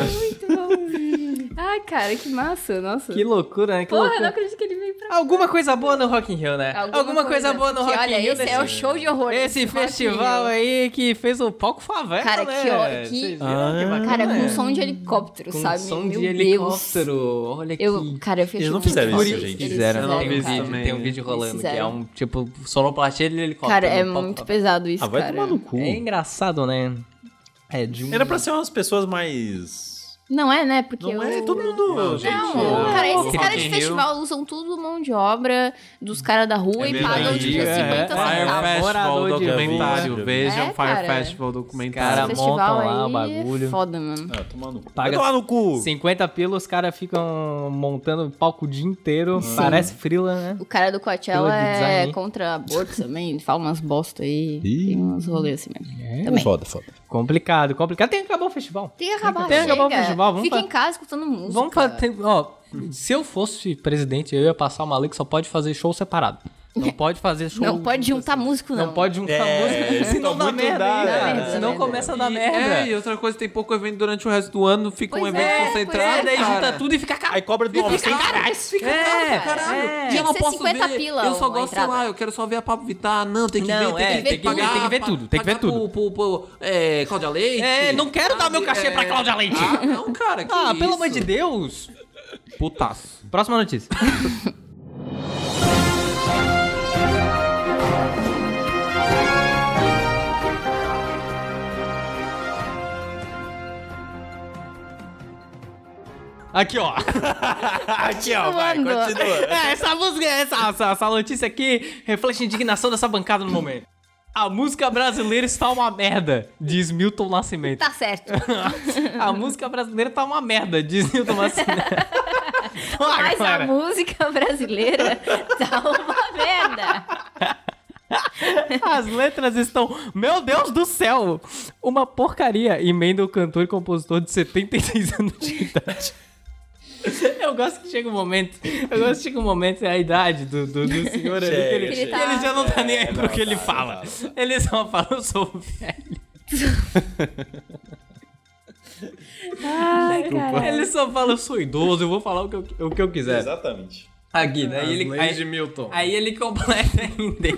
Ai, cara, que massa, nossa.
Que loucura, né? Que
Porra, eu não
loucura.
acredito que ele veio pra
Alguma coisa boa no Rock in Rio, né? Alguma, coisa, boa no Rock
que,
in
Olha,
Rio.
esse
nesse-
é o show de horror.
Esse
desse
festival é
Rock in Rio.
aí que fez o palco favela,
Cara,
né?
que ó- que-
Vocês viram que bacana,
Cara, com
né?
som de helicóptero,
Com
sabe?
som
Meu
de helicóptero. Olha que...
Deus. Eu, cara, eu fechei
um
Eles não
muito
fizeram
feliz.
isso, gente.
Eles
Fizeram, tem
não,
um
fizeram,
vídeo,
cara.
tem um vídeo rolando que é
fizeram.
um, tipo, sonoplastia de helicóptero.
Cara, é
no palco
muito
favela.
pesado isso,
Ah, vai
cara.
tomar no cu.
É engraçado, né? É de um...
Era pra ser umas pessoas mais...
Não é, né? Porque
Não
eu...
é todo mundo...
Não, gente,
Não, cara,
o
esses
Rock
caras
in
de
Rio-
festival usam tudo mão de obra dos caras da rua e
verdade.
pagam, tipo, 50
É, é.
Ah,
centavos.
Fire Festival
Morador de
documentário.
rua.
Vejam
É,
Fire
cara.
Festival
Cara,
Esse
documentário.
festival
montam lá o
aí
bagulho.
É foda, mano.
Ah, tomar no cu.
Paga-
Vai tomar no cu.
50 um pila, os caras ficam montando palco o dia inteiro. Parece frila, né?
O cara do Coachella
Pelo design,
é
hein?
contra aborto também, fala umas bosta aí,
Ih.
tem uns rolês assim mesmo. Também.
Foda, foda.
Complicado, complicado. Tem que acabar o festival.
Tem que acabar,
Tem que acabar o
chega.
festival, vamos
Fica
pra-
em casa escutando música.
Vamos pra, tem- ó, se eu fosse presidente, eu ia passar uma lei que só pode fazer show separado. Não pode fazer show.
Não pode juntar músico, não.
Não pode juntar
É,
música, senão
então
dá
muito
merda,
dá,
hein,
dá
cara.
merda,
senão
dá
começa a dar
E- É,
merda.
e outra coisa, tem pouco evento durante o resto do ano, fica um
Pois
evento
é, pois
concentrado.
é,
daí junta
cara.
tudo e fica caro.
Aí cobra do homem sem
fica
É,
caro,
caralho.
É.
Tinha
E eu
que
não
ser
posso
50
ver.
pila
eu só
a
gosto, sei
entrada.
lá, eu quero só ver a Papo Vittar. Não, tem que
Não,
ver, tem
é,
que ver
tem que-
pagar,
tem que ver
pa-
tudo, tem que ver
pagar
tudo.
Pro, pro, pro, é, Cláudia Leite.
É, não quero dar meu cachê
É.
sabe?
pra Cláudia Leite.
Ah, não, cara, que
Ah, pelo
isso.
amor de Deus.
Putaço.
Próxima notícia. Aqui, ó.
Aqui, ó, vai,
Mano.
continua.
É, essa música, essa, essa, essa notícia aqui reflete a indignação dessa bancada no momento. A música brasileira está uma merda, diz Milton Nascimento.
Tá certo.
A música brasileira tá uma merda, diz Milton Nascimento. Ó,
Mas
galera.
a música brasileira tá uma merda.
As letras estão, meu Deus do céu, uma porcaria. Emenda o cantor e compositor de 76 anos de idade. Eu gosto que chega um momento, eu gosto que chega um momento, é a idade do, do, do senhor ali, que ele,
Chega,
chega.
que ele já não tá nem aí pro que ele fala. Ele só fala, eu sou um velho.
Ai, cara.
Ele só fala, eu sou idoso, eu vou falar o que eu, o que eu quiser.
Exatamente.
Aqui, né? Aí ele, aí-
Milton.
Aí ele completa ainda.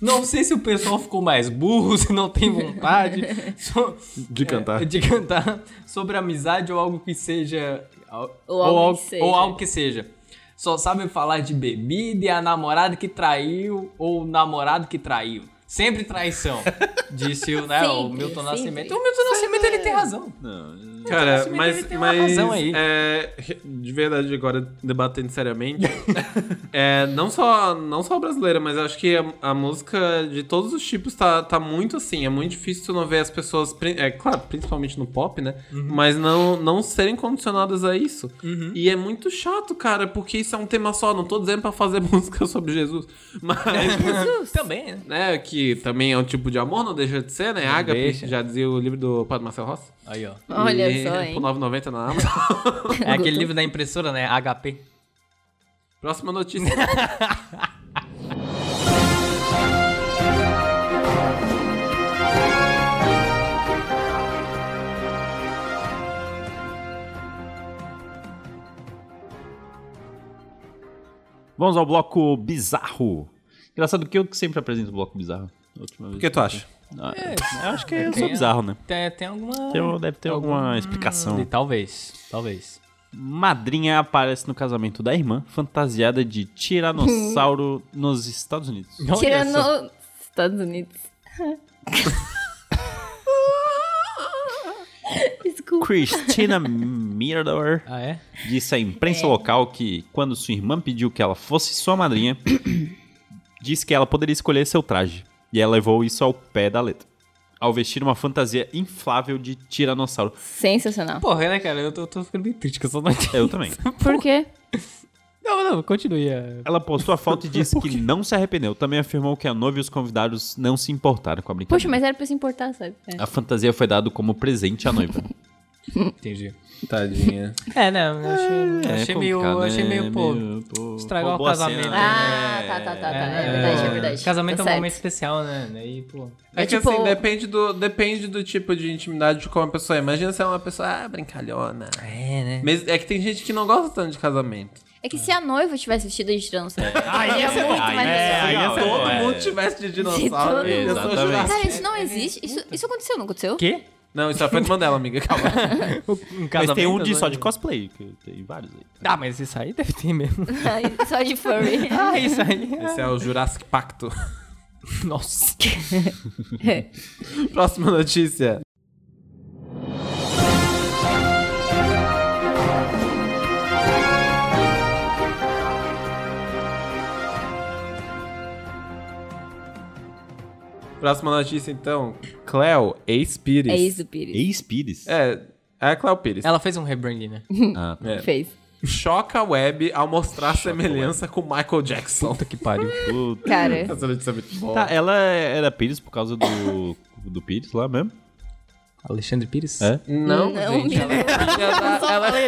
Não sei se o pessoal ficou mais burro, se não tem vontade so-
De cantar.
é, de cantar sobre amizade ou algo que seja.
Ou algo
algo-
que seja.
ou algo que seja. Só sabem falar de bebida e a namorada que traiu ou o namorado que traiu. Sempre traição. Disse o, né, o
Sempre,
Milton
sempre.
Nascimento. O Milton Nascimento, ele tem razão.
Não,
Então,
Cara,
Nascimento,
mas,
ele tem uma
mas
razão aí.
é, de verdade, agora debatendo seriamente, é, não, só, não só a brasileira, mas acho que a, a música de todos os tipos tá, tá muito assim. É muito difícil tu não ver as pessoas, pri- é claro, principalmente no pop, né?
Uhum.
Mas não, não serem condicionadas a isso. E é muito chato, cara, porque isso é um tema só. Não tô dizendo pra fazer música sobre Jesus, mas.
Também, né?
Né, que também é um tipo de amor, não deixa de ser, né? Ágape,
deixa.
já dizia o livro do Padre Marcel Rossi.
Aí, ó.
Olha
E-
só,
Por
hein?
9,90 na Amazon.
É aquele livro da impressora, né? HP.
Próxima notícia.
Vamos ao bloco bizarro. Engraçado que eu que sempre apresento o bloco bizarro. A última vez
O que tu acha?
Ah, eu acho que eu sou bizarro, né?
Tem, tem alguma...
Então deve ter alguma explicação.
Talvez, talvez.
Madrinha aparece no casamento da irmã, fantasiada de tiranossauro nos Estados Unidos.
Olha só.
Tirando os Estados Unidos. Desculpa.
Christina Mirador
Ah, é?
disse à imprensa local que, quando sua irmã pediu que ela fosse sua madrinha, disse que ela poderia escolher seu traje. E ela levou isso ao pé da letra. Ao vestir uma fantasia inflável de tiranossauro.
Sensacional.
Porra, né, cara? Eu tô, tô ficando bem triste com essa notícia.
Eu também.
Por quê?
Não, não, continue. é.
Ela postou a foto e disse que não se arrependeu. Também afirmou que a noiva e os convidados não se importaram com a brincadeira.
Poxa, mas era pra se importar, sabe? É.
A fantasia foi dada como presente à noiva.
Entendi.
Tadinha.
É, não, eu achei,
É,
achei
é
meio,
complicado,
achei
né?
meio, pô,
pô,
estragou
roubou
o
a cena,
casamento,
né?
Ah, tá, tá, tá, tá. É, verdade, é verdade.
Casamento
Tá
é um
certo.
momento especial, né? Daí, pô.
É,
É
que
tipo-
assim, depende do, depende do tipo de intimidade de como a pessoa é. Imagina se é uma pessoa, ah, brincalhona.
É, né?
Mas é que tem gente que não gosta tanto de casamento.
É que se a noiva tivesse vestido de tiranossauro.
Aí é
muito mais legal.
aí é
Todo
é.
mundo tivesse de
dinossauro, todo
dinossauro.
ia ser uma Exatamente.
Cara, isso não existe. Isso, isso aconteceu, não aconteceu?
O quê?
Não, isso é feito Mandela, amiga. Calma.
Um
Mas
casamento,
tem um de,
né?
só de cosplay, que tem vários aí.
Ah, mas isso aí deve ter mesmo.
Ai, Só de furry.
Ah, isso aí.
Esse é o Jurassic Pacto.
Nossa.
Próxima notícia. Próxima notícia, então. Cleo, ex-Pires.
É isso, Pires.
Ex Pires?
É, é a Cleo Pires.
Ela fez um rebranding, né?
Ah, tá.
É.
Fez.
Choca a web ao mostrar semelhança com Michael Jackson.
Puta que pariu.
Puta.
Cara,
Essa notícia é muito boa.
Tá, ela era Pires por causa do, do Pires lá mesmo?
Alexandre Pires?
É?
Não,
Não,
gente. Ela, é filha da- ela-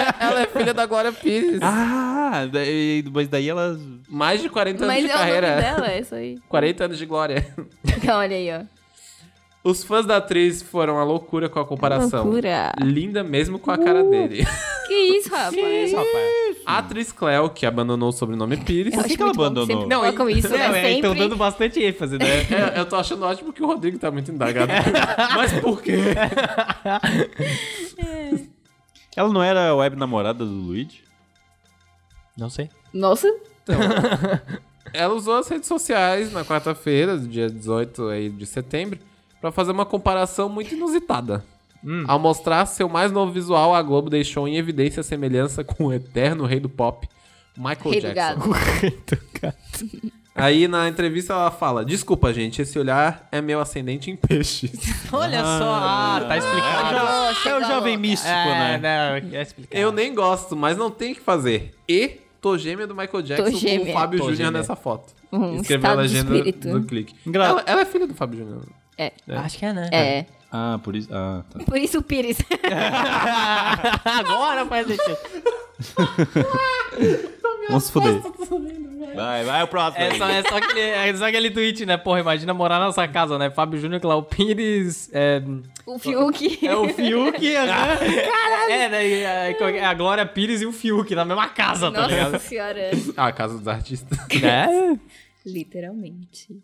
ela- ela é filha da Glória Pires.
Ah, daí- mas daí ela...
Mais de 40 anos
mas
de
é o nome
carreira.
dela, é isso aí.
40 anos de glória.
Então, olha aí, ó.
Os fãs da atriz foram à loucura com a comparação.
Loucura.
Linda mesmo com a cara dele.
Que isso, rapaz?
A atriz Cleo, que abandonou o sobrenome Pires.
Eu acho
que ela
muito bom
abandonou?
sempre colocam isso, né?
Não, é,
sempre.
então dando bastante ênfase, né?
É, eu tô achando ótimo que o Rodrigo tá muito indagado. Mas por quê?
Ela não era a web namorada do Luigi?
Não sei.
Nossa,
Ela usou as redes sociais na quarta-feira, dia 18 aí de setembro, pra fazer uma comparação muito inusitada. Ao mostrar seu mais novo visual, a Globo deixou em evidência a semelhança com o eterno rei do pop, Michael
rei do
Jackson.
gado.
Aí na entrevista ela fala: Desculpa, gente, esse olhar é meu ascendente em peixes.
Olha só. Ah, tá explicado.
Nossa,
é o jovem
louca.
místico,
É,
né?
não, é explicado.
Eu nem gosto, mas não tem o que fazer. E tô gêmea do Michael Jackson com o
gêmea.
Fábio
Tô
Júnior
gêmea.
nessa foto.
Um
Escreveu a
estado de
legenda
espírito.
do clique.
Engra-
Ela, ela é filha do Fábio Júnior.
É.
Acho que é, né?
É.
Ah, por isso... Ah, tá.
Por isso o Pires.
Agora faz sentido.
Vamos se fuder.
tá
Vai, vai o próximo.
É só, é, só aquele, é só aquele tweet, né? Porra, imagina morar na sua casa, né? Fábio Júnior, Clau Pires, é,
O Fiuk.
é o Fiuk. né? É, né? e a- qual que é? a Glória Pires e o Fiuk na mesma casa, tá ligado?
Nossa senhora.
Ah, Casa dos Artistas.
Né?
Literalmente.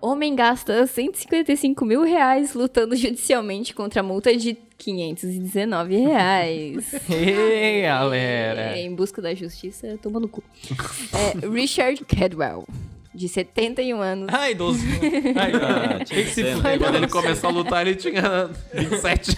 Homem gasta 155 mil reais lutando judicialmente contra a multa de 519 reais.
Ei, galera.
É, em busca da justiça, toma no cu. É, Richard Cadwell, de 71 anos.
Ai, idoso. Ai,
Ah, tinha que
Esse
ser, né?
foi-
Quando ele começou a lutar, ele tinha 27.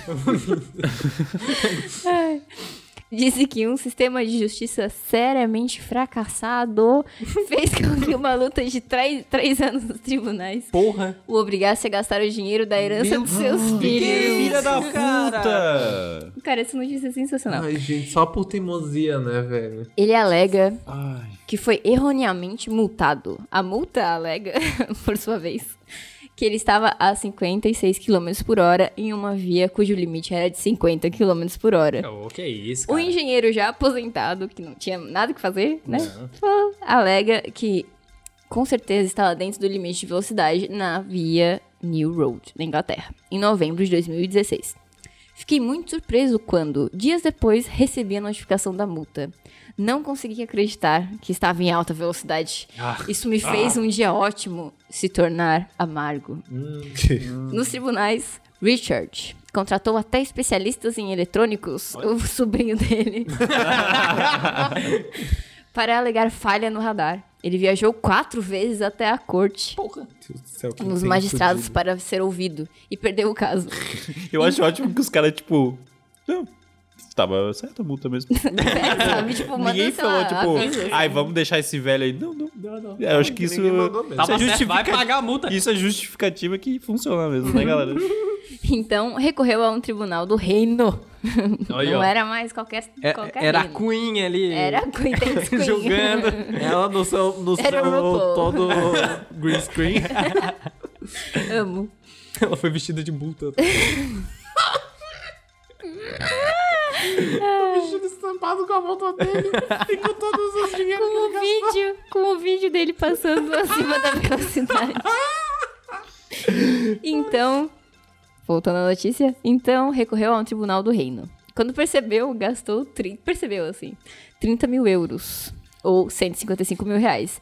Disse que um sistema de justiça seriamente fracassado fez com que uma luta de três três anos nos tribunais
porra.
o obrigasse a gastar o dinheiro da herança dos seus filhos.
filha da
Puta!
Cara, essa notícia é sensacional.
Ai, gente, só por teimosia, né, velho?
Ele alega
Ai,
que foi erroneamente multado. A multa alega, por sua vez, que ele estava a 56 km por hora em uma via cujo limite era de 50 km por hora.
O que é isso,
O
cara?
engenheiro já aposentado, que não tinha nada que fazer, né? falou- Alega que com certeza estava dentro do limite de velocidade na via New Road, na Inglaterra, em novembro de 2016. Fiquei muito surpreso quando, dias depois, recebi a notificação da multa. Não consegui acreditar que estava em alta velocidade.
Ah.
Isso me fez um dia ótimo se tornar amargo. Nos tribunais, Richard contratou até especialistas em eletrônicos, o sobrinho dele, para alegar falha no radar. Ele viajou quatro vezes até a corte
Deus do céu, que
nos
tem
magistrados
fudido.
para ser ouvido e perdeu o caso.
eu acho ótimo que os caras, tipo. Não, tava certa a multa mesmo.
É, sabe? Tipo, mandou,
Ninguém
sei
falou,
lá, assim.
tipo, ai, vamos deixar esse velho aí. Não, não, não. não. Eu acho que isso.
Ninguém mandou mesmo.
isso é
Tava certo, vai
justifica-
pagar a multa.
Isso é justificativa que funciona mesmo, né, galera?
Então, recorreu a um tribunal do reino.
Olha,
Não
ó.
era mais qualquer,
É-
qualquer
era a
reino.
Queen ali.
Era a Queen, tem Queen.
Jogando.
Ela no seu, no
Era o
seu
RuPaul.
todo green screen.
Amo. Ah.
Ela foi vestida de multa.
Vestido estampado com a volta dele e com todos os dinheiros
Com o vídeo, com o vídeo dele passando acima da velocidade. Então, voltando à notícia, então recorreu a um tribunal do reino. Quando percebeu, gastou, tri- percebeu assim, 30 mil euros, ou 155 mil reais.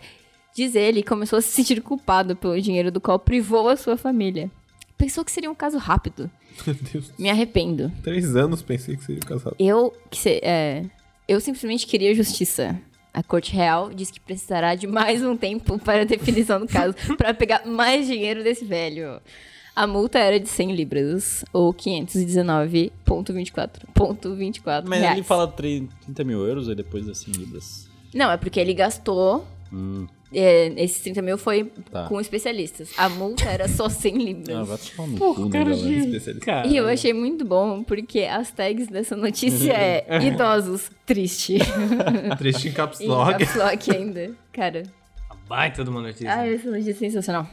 Diz ele, começou a se sentir culpado pelo dinheiro do qual privou a sua família. Pensou que seria um caso rápido.
Meu Deus,
Me arrependo.
três anos pensei que seria casado.
Eu, que se- é, eu simplesmente queria justiça. A Corte Real diz que precisará de mais um tempo para a definição do caso, para pegar mais dinheiro desse velho. A multa era de 100 libras, ou 519,24
Mas
reais.
ele fala 30 mil euros e depois assim, libras.
Não, é porque ele gastou... é, esses 30 mil foi
Hum. Tá.
com especialistas. A multa era só 100 libras.
Ah, vai tomar no cu, né, galera?
Cara,
E eu achei muito bom, porque as tags dessa notícia é idosos, triste.
Triste em caps
Em
lock.
caps lock ainda. Cara,
uma baita de uma notícia.
ah, essa notícia é sensacional.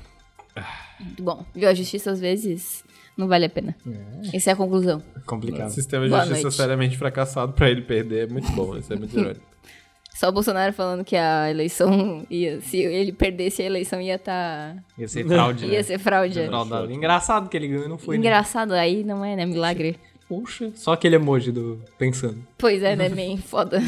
Muito bom. Viu, a justiça às vezes não vale a pena. Essa é a conclusão.
Complicado.
Sistema de
Boa
justiça
noite.
seriamente fracassado pra ele perder é muito bom, isso é muito irônico.
Só o Bolsonaro falando que a eleição ia... Se ele perdesse a eleição ia tá...
Ia ser fraude, né?
Ia ser fraude.
Fraudado. Engraçado que ele ganhou e não foi. né?
Engraçado aí, não é, né? Milagre.
Poxa, só aquele emoji do pensando.
Pois é, né? Bem foda.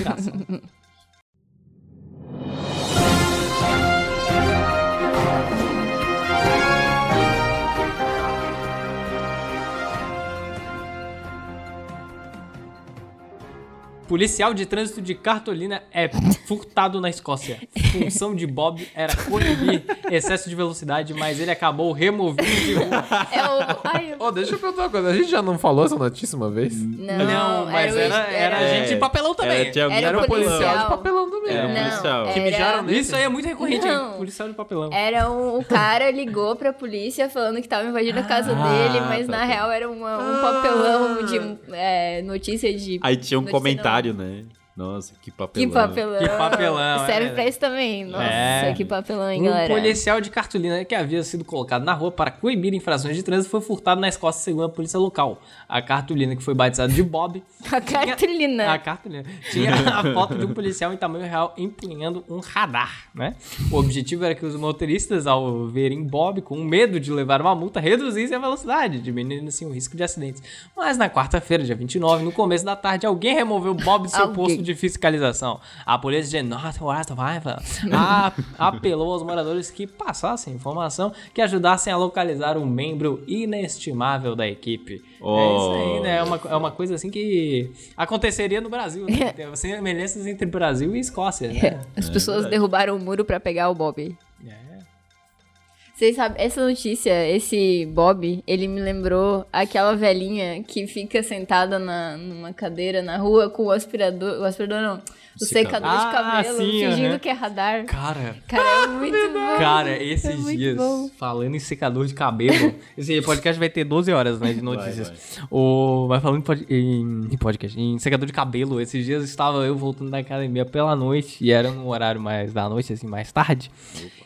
Policial de trânsito de Cartolina é furtado na Escócia. Função de Bob era coibir excesso de velocidade, mas ele acabou removido de rua.
É o... Ai, eu-
Ó, deixa eu perguntar uma coisa, a gente já não falou essa notícia uma vez?
Não,
mas
é o- É.
era, era,
era-
gente de papelão também.
Era, tinha alguém
Era
no
o
papelão.
Policial de
Policial.
papelão também.
Era um
Não,
policial.
era-
Que mijaram nele.
Isso aí é muito recorrente,
Não.
é policial de papelão.
Era um, o cara ligou pra polícia falando que tava invadindo a casa
Ah,
dele, mas
tá,
na
tá.
real era uma- um papelão de é, notícia de.
Aí tinha um
notícia
comentário, né? Nossa, que
não.
papelão.
Que papelão.
Que papelão,
Serve
é.
pra isso também. Nossa,
É.
que papelão, hein,
Um
galera.
policial de cartolina que havia sido colocado na rua para coibir infrações de trânsito foi furtado na Escócia, segundo a polícia local. A cartolina, que foi batizada de Bob,
A cartolina.
a cartolina né? tinha a foto de um policial em tamanho real empunhando um radar, né? O objetivo era que os motoristas, ao verem Bob com medo de levar uma multa, reduzissem a velocidade, diminuindo assim o risco de acidentes. Mas na quarta-feira, dia 29, no começo da tarde, alguém removeu Bob do seu
Alguém.
posto de fiscalização. A polícia de North West Violence a- apelou aos moradores que passassem informação que ajudassem a localizar um membro inestimável da equipe. É isso aí, né? É uma, é uma coisa assim que aconteceria no Brasil, né? Tem semelhanças entre Brasil e Escócia, né?
As pessoas derrubaram o muro pra pegar o Bob.
É.
Vocês sabem, essa notícia, esse Bob, ele me lembrou aquela velhinha que fica sentada na, numa cadeira na rua com o aspirador. O aspirador não, o secador,
secador.
de
Ah,
cabelo,
sim,
fingindo
aham.
que é radar.
Cara,
Cara, é muito bom.
Cara, esses
É muito
dias,
bom.
falando em secador de cabelo, esse podcast vai ter 12 horas, né, de notícias.
vai.
O, mas falando em, pod- em- em podcast, em secador de cabelo, esses dias estava eu voltando da academia pela noite, e era um horário mais da noite, assim, mais tarde.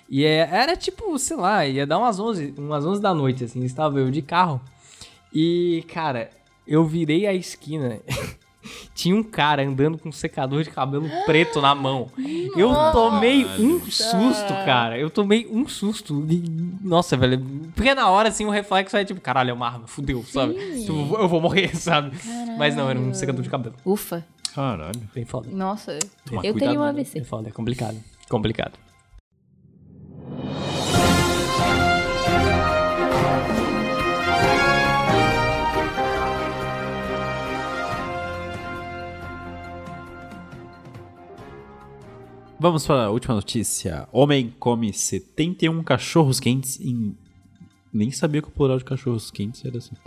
E é- era tipo, sei lá, ia dar umas 11, umas 11 da noite, assim, estava eu de carro. E, cara, eu virei a esquina... Tinha um cara andando com um secador de cabelo preto na mão. Eu tomei um susto, cara. Eu tomei um susto. E- Nossa, velho. Porque na hora, assim, o reflexo é tipo, caralho, é uma arma, fudeu, sabe? Tipo, eu vou morrer, sabe? Mas não, era um secador de cabelo.
Ufa,
Caralho.
Bem foda.
nossa,
Tomar
eu
cuidado,
teria um
né?
É
AVC.
foda, é complicado. Complicado.
Vamos para a última notícia. Homem come 71 cachorros quentes em. Nem sabia que o plural de cachorros quentes era assim.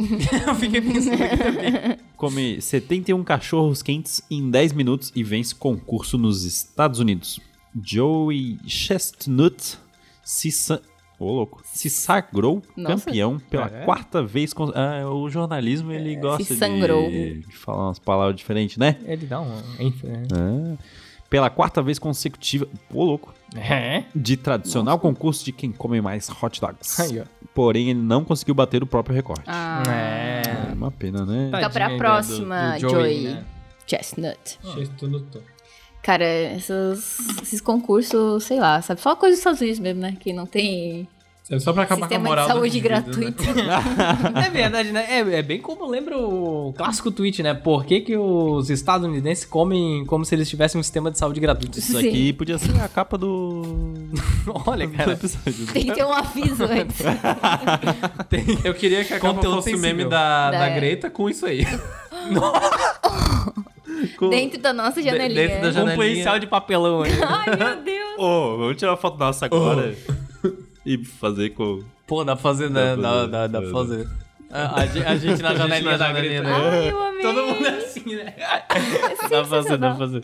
Eu fiquei pensando aqui também.
Come 71 cachorros quentes em 10 minutos e vence concurso nos Estados Unidos. Joey Chestnut se, sa- Ô, louco. se sagrou
Nossa.
campeão pela
É?
quarta vez. cons- Ah, o jornalismo ele gosta de-
sangrou.
De, falar umas palavras diferentes, né?
Ele dá um. Enfim. né?
Pela quarta vez consecutiva. Ô, louco.
É?
De tradicional concurso de quem come mais hot dogs.
Aí, ó.
Porém, ele não conseguiu bater o próprio recorde.
Ah,
É.
É uma pena, né?
Fica pra
Tadinha,
próxima,
do- do
Joey.
Joey, né?
Chestnut.
Chestnut.
Cara, essas- esses concursos, sei lá, sabe? Só coisa dos Estados Unidos mesmo, né? Que não tem
Só pra acabar com a
sistema
moral
de
do
saúde
né?
indivíduo,
gratuito.
É verdade, né? É, é bem como lembra o clássico tweet, né? Por que, que os estadunidenses comem como se eles tivessem um sistema de saúde gratuito?
Isso aqui podia ser a capa do.
Olha,
do
cara.
episódio. né?
Tem que ter um aviso antes.
Tem...
né? Eu queria que a capa
Conteúdo
fosse o
sensível.
meme da,
Da-
da Greta com isso aí.
Com-
Dentro da nossa
De-
janelinha.
dentro da
Um
janelinha.
policial de papelão aí.
Ai, meu Deus.
Ô, vamos tirar uma foto nossa agora e fazer com.
Pô, dá pra fazer, né? Dá, dá, dá pra
Dá pra
fazer. A, a ge- a gente na janelinha da
janelinha,
greta.
né?
Ai, eu amei.
É. Todo mundo é assim, né?
Dá pra fazer, dá pra fazer.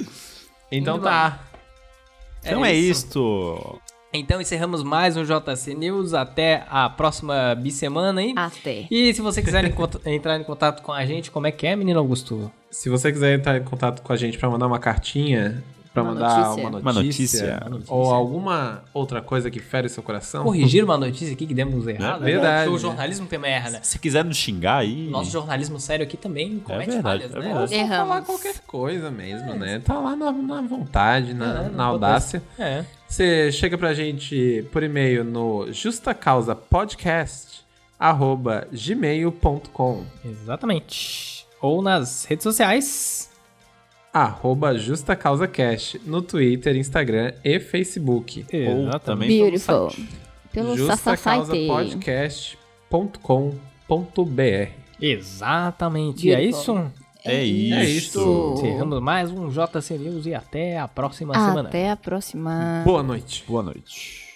Então
Muito
tá.
Então é, isto.
Então encerramos mais um JC News. Até a próxima bisemana, hein?
Até.
E se você quiser em cont- entrar em contato com a gente, como é que é, menino Augusto?
Se você quiser entrar em contato com a gente pra mandar uma cartinha, pra
Uma
mandar
notícia.
uma
Uma
notícia,
notícia.
ou alguma outra coisa que fere seu coração,
Corrigir uma notícia aqui que demos errado.
É
né?
verdade.
Porque O jornalismo tem merda.
Se quiser nos xingar aí.
Nosso jornalismo sério aqui também comete
verdade,
falhas,
é
né?
verdade.
falar
Erramos.
qualquer coisa mesmo, né? Tá lá na, na vontade, na,
É,
na
não
audácia.
É.
Você chega pra gente por e-mail no justacausapodcast@gmail.com.
Exatamente. Ou nas redes sociais.
Arroba Justa Causa Cast no Twitter, Instagram e Facebook.
Ou também pelo
Beautiful.
site.
Pelo Sassafite.
justacausapodcast.com.br
Exatamente.
Beautiful.
é isso?
É isso.
É
Encerramos mais um JC News e até a próxima semana.
Até a próxima.
Boa noite.
Boa noite.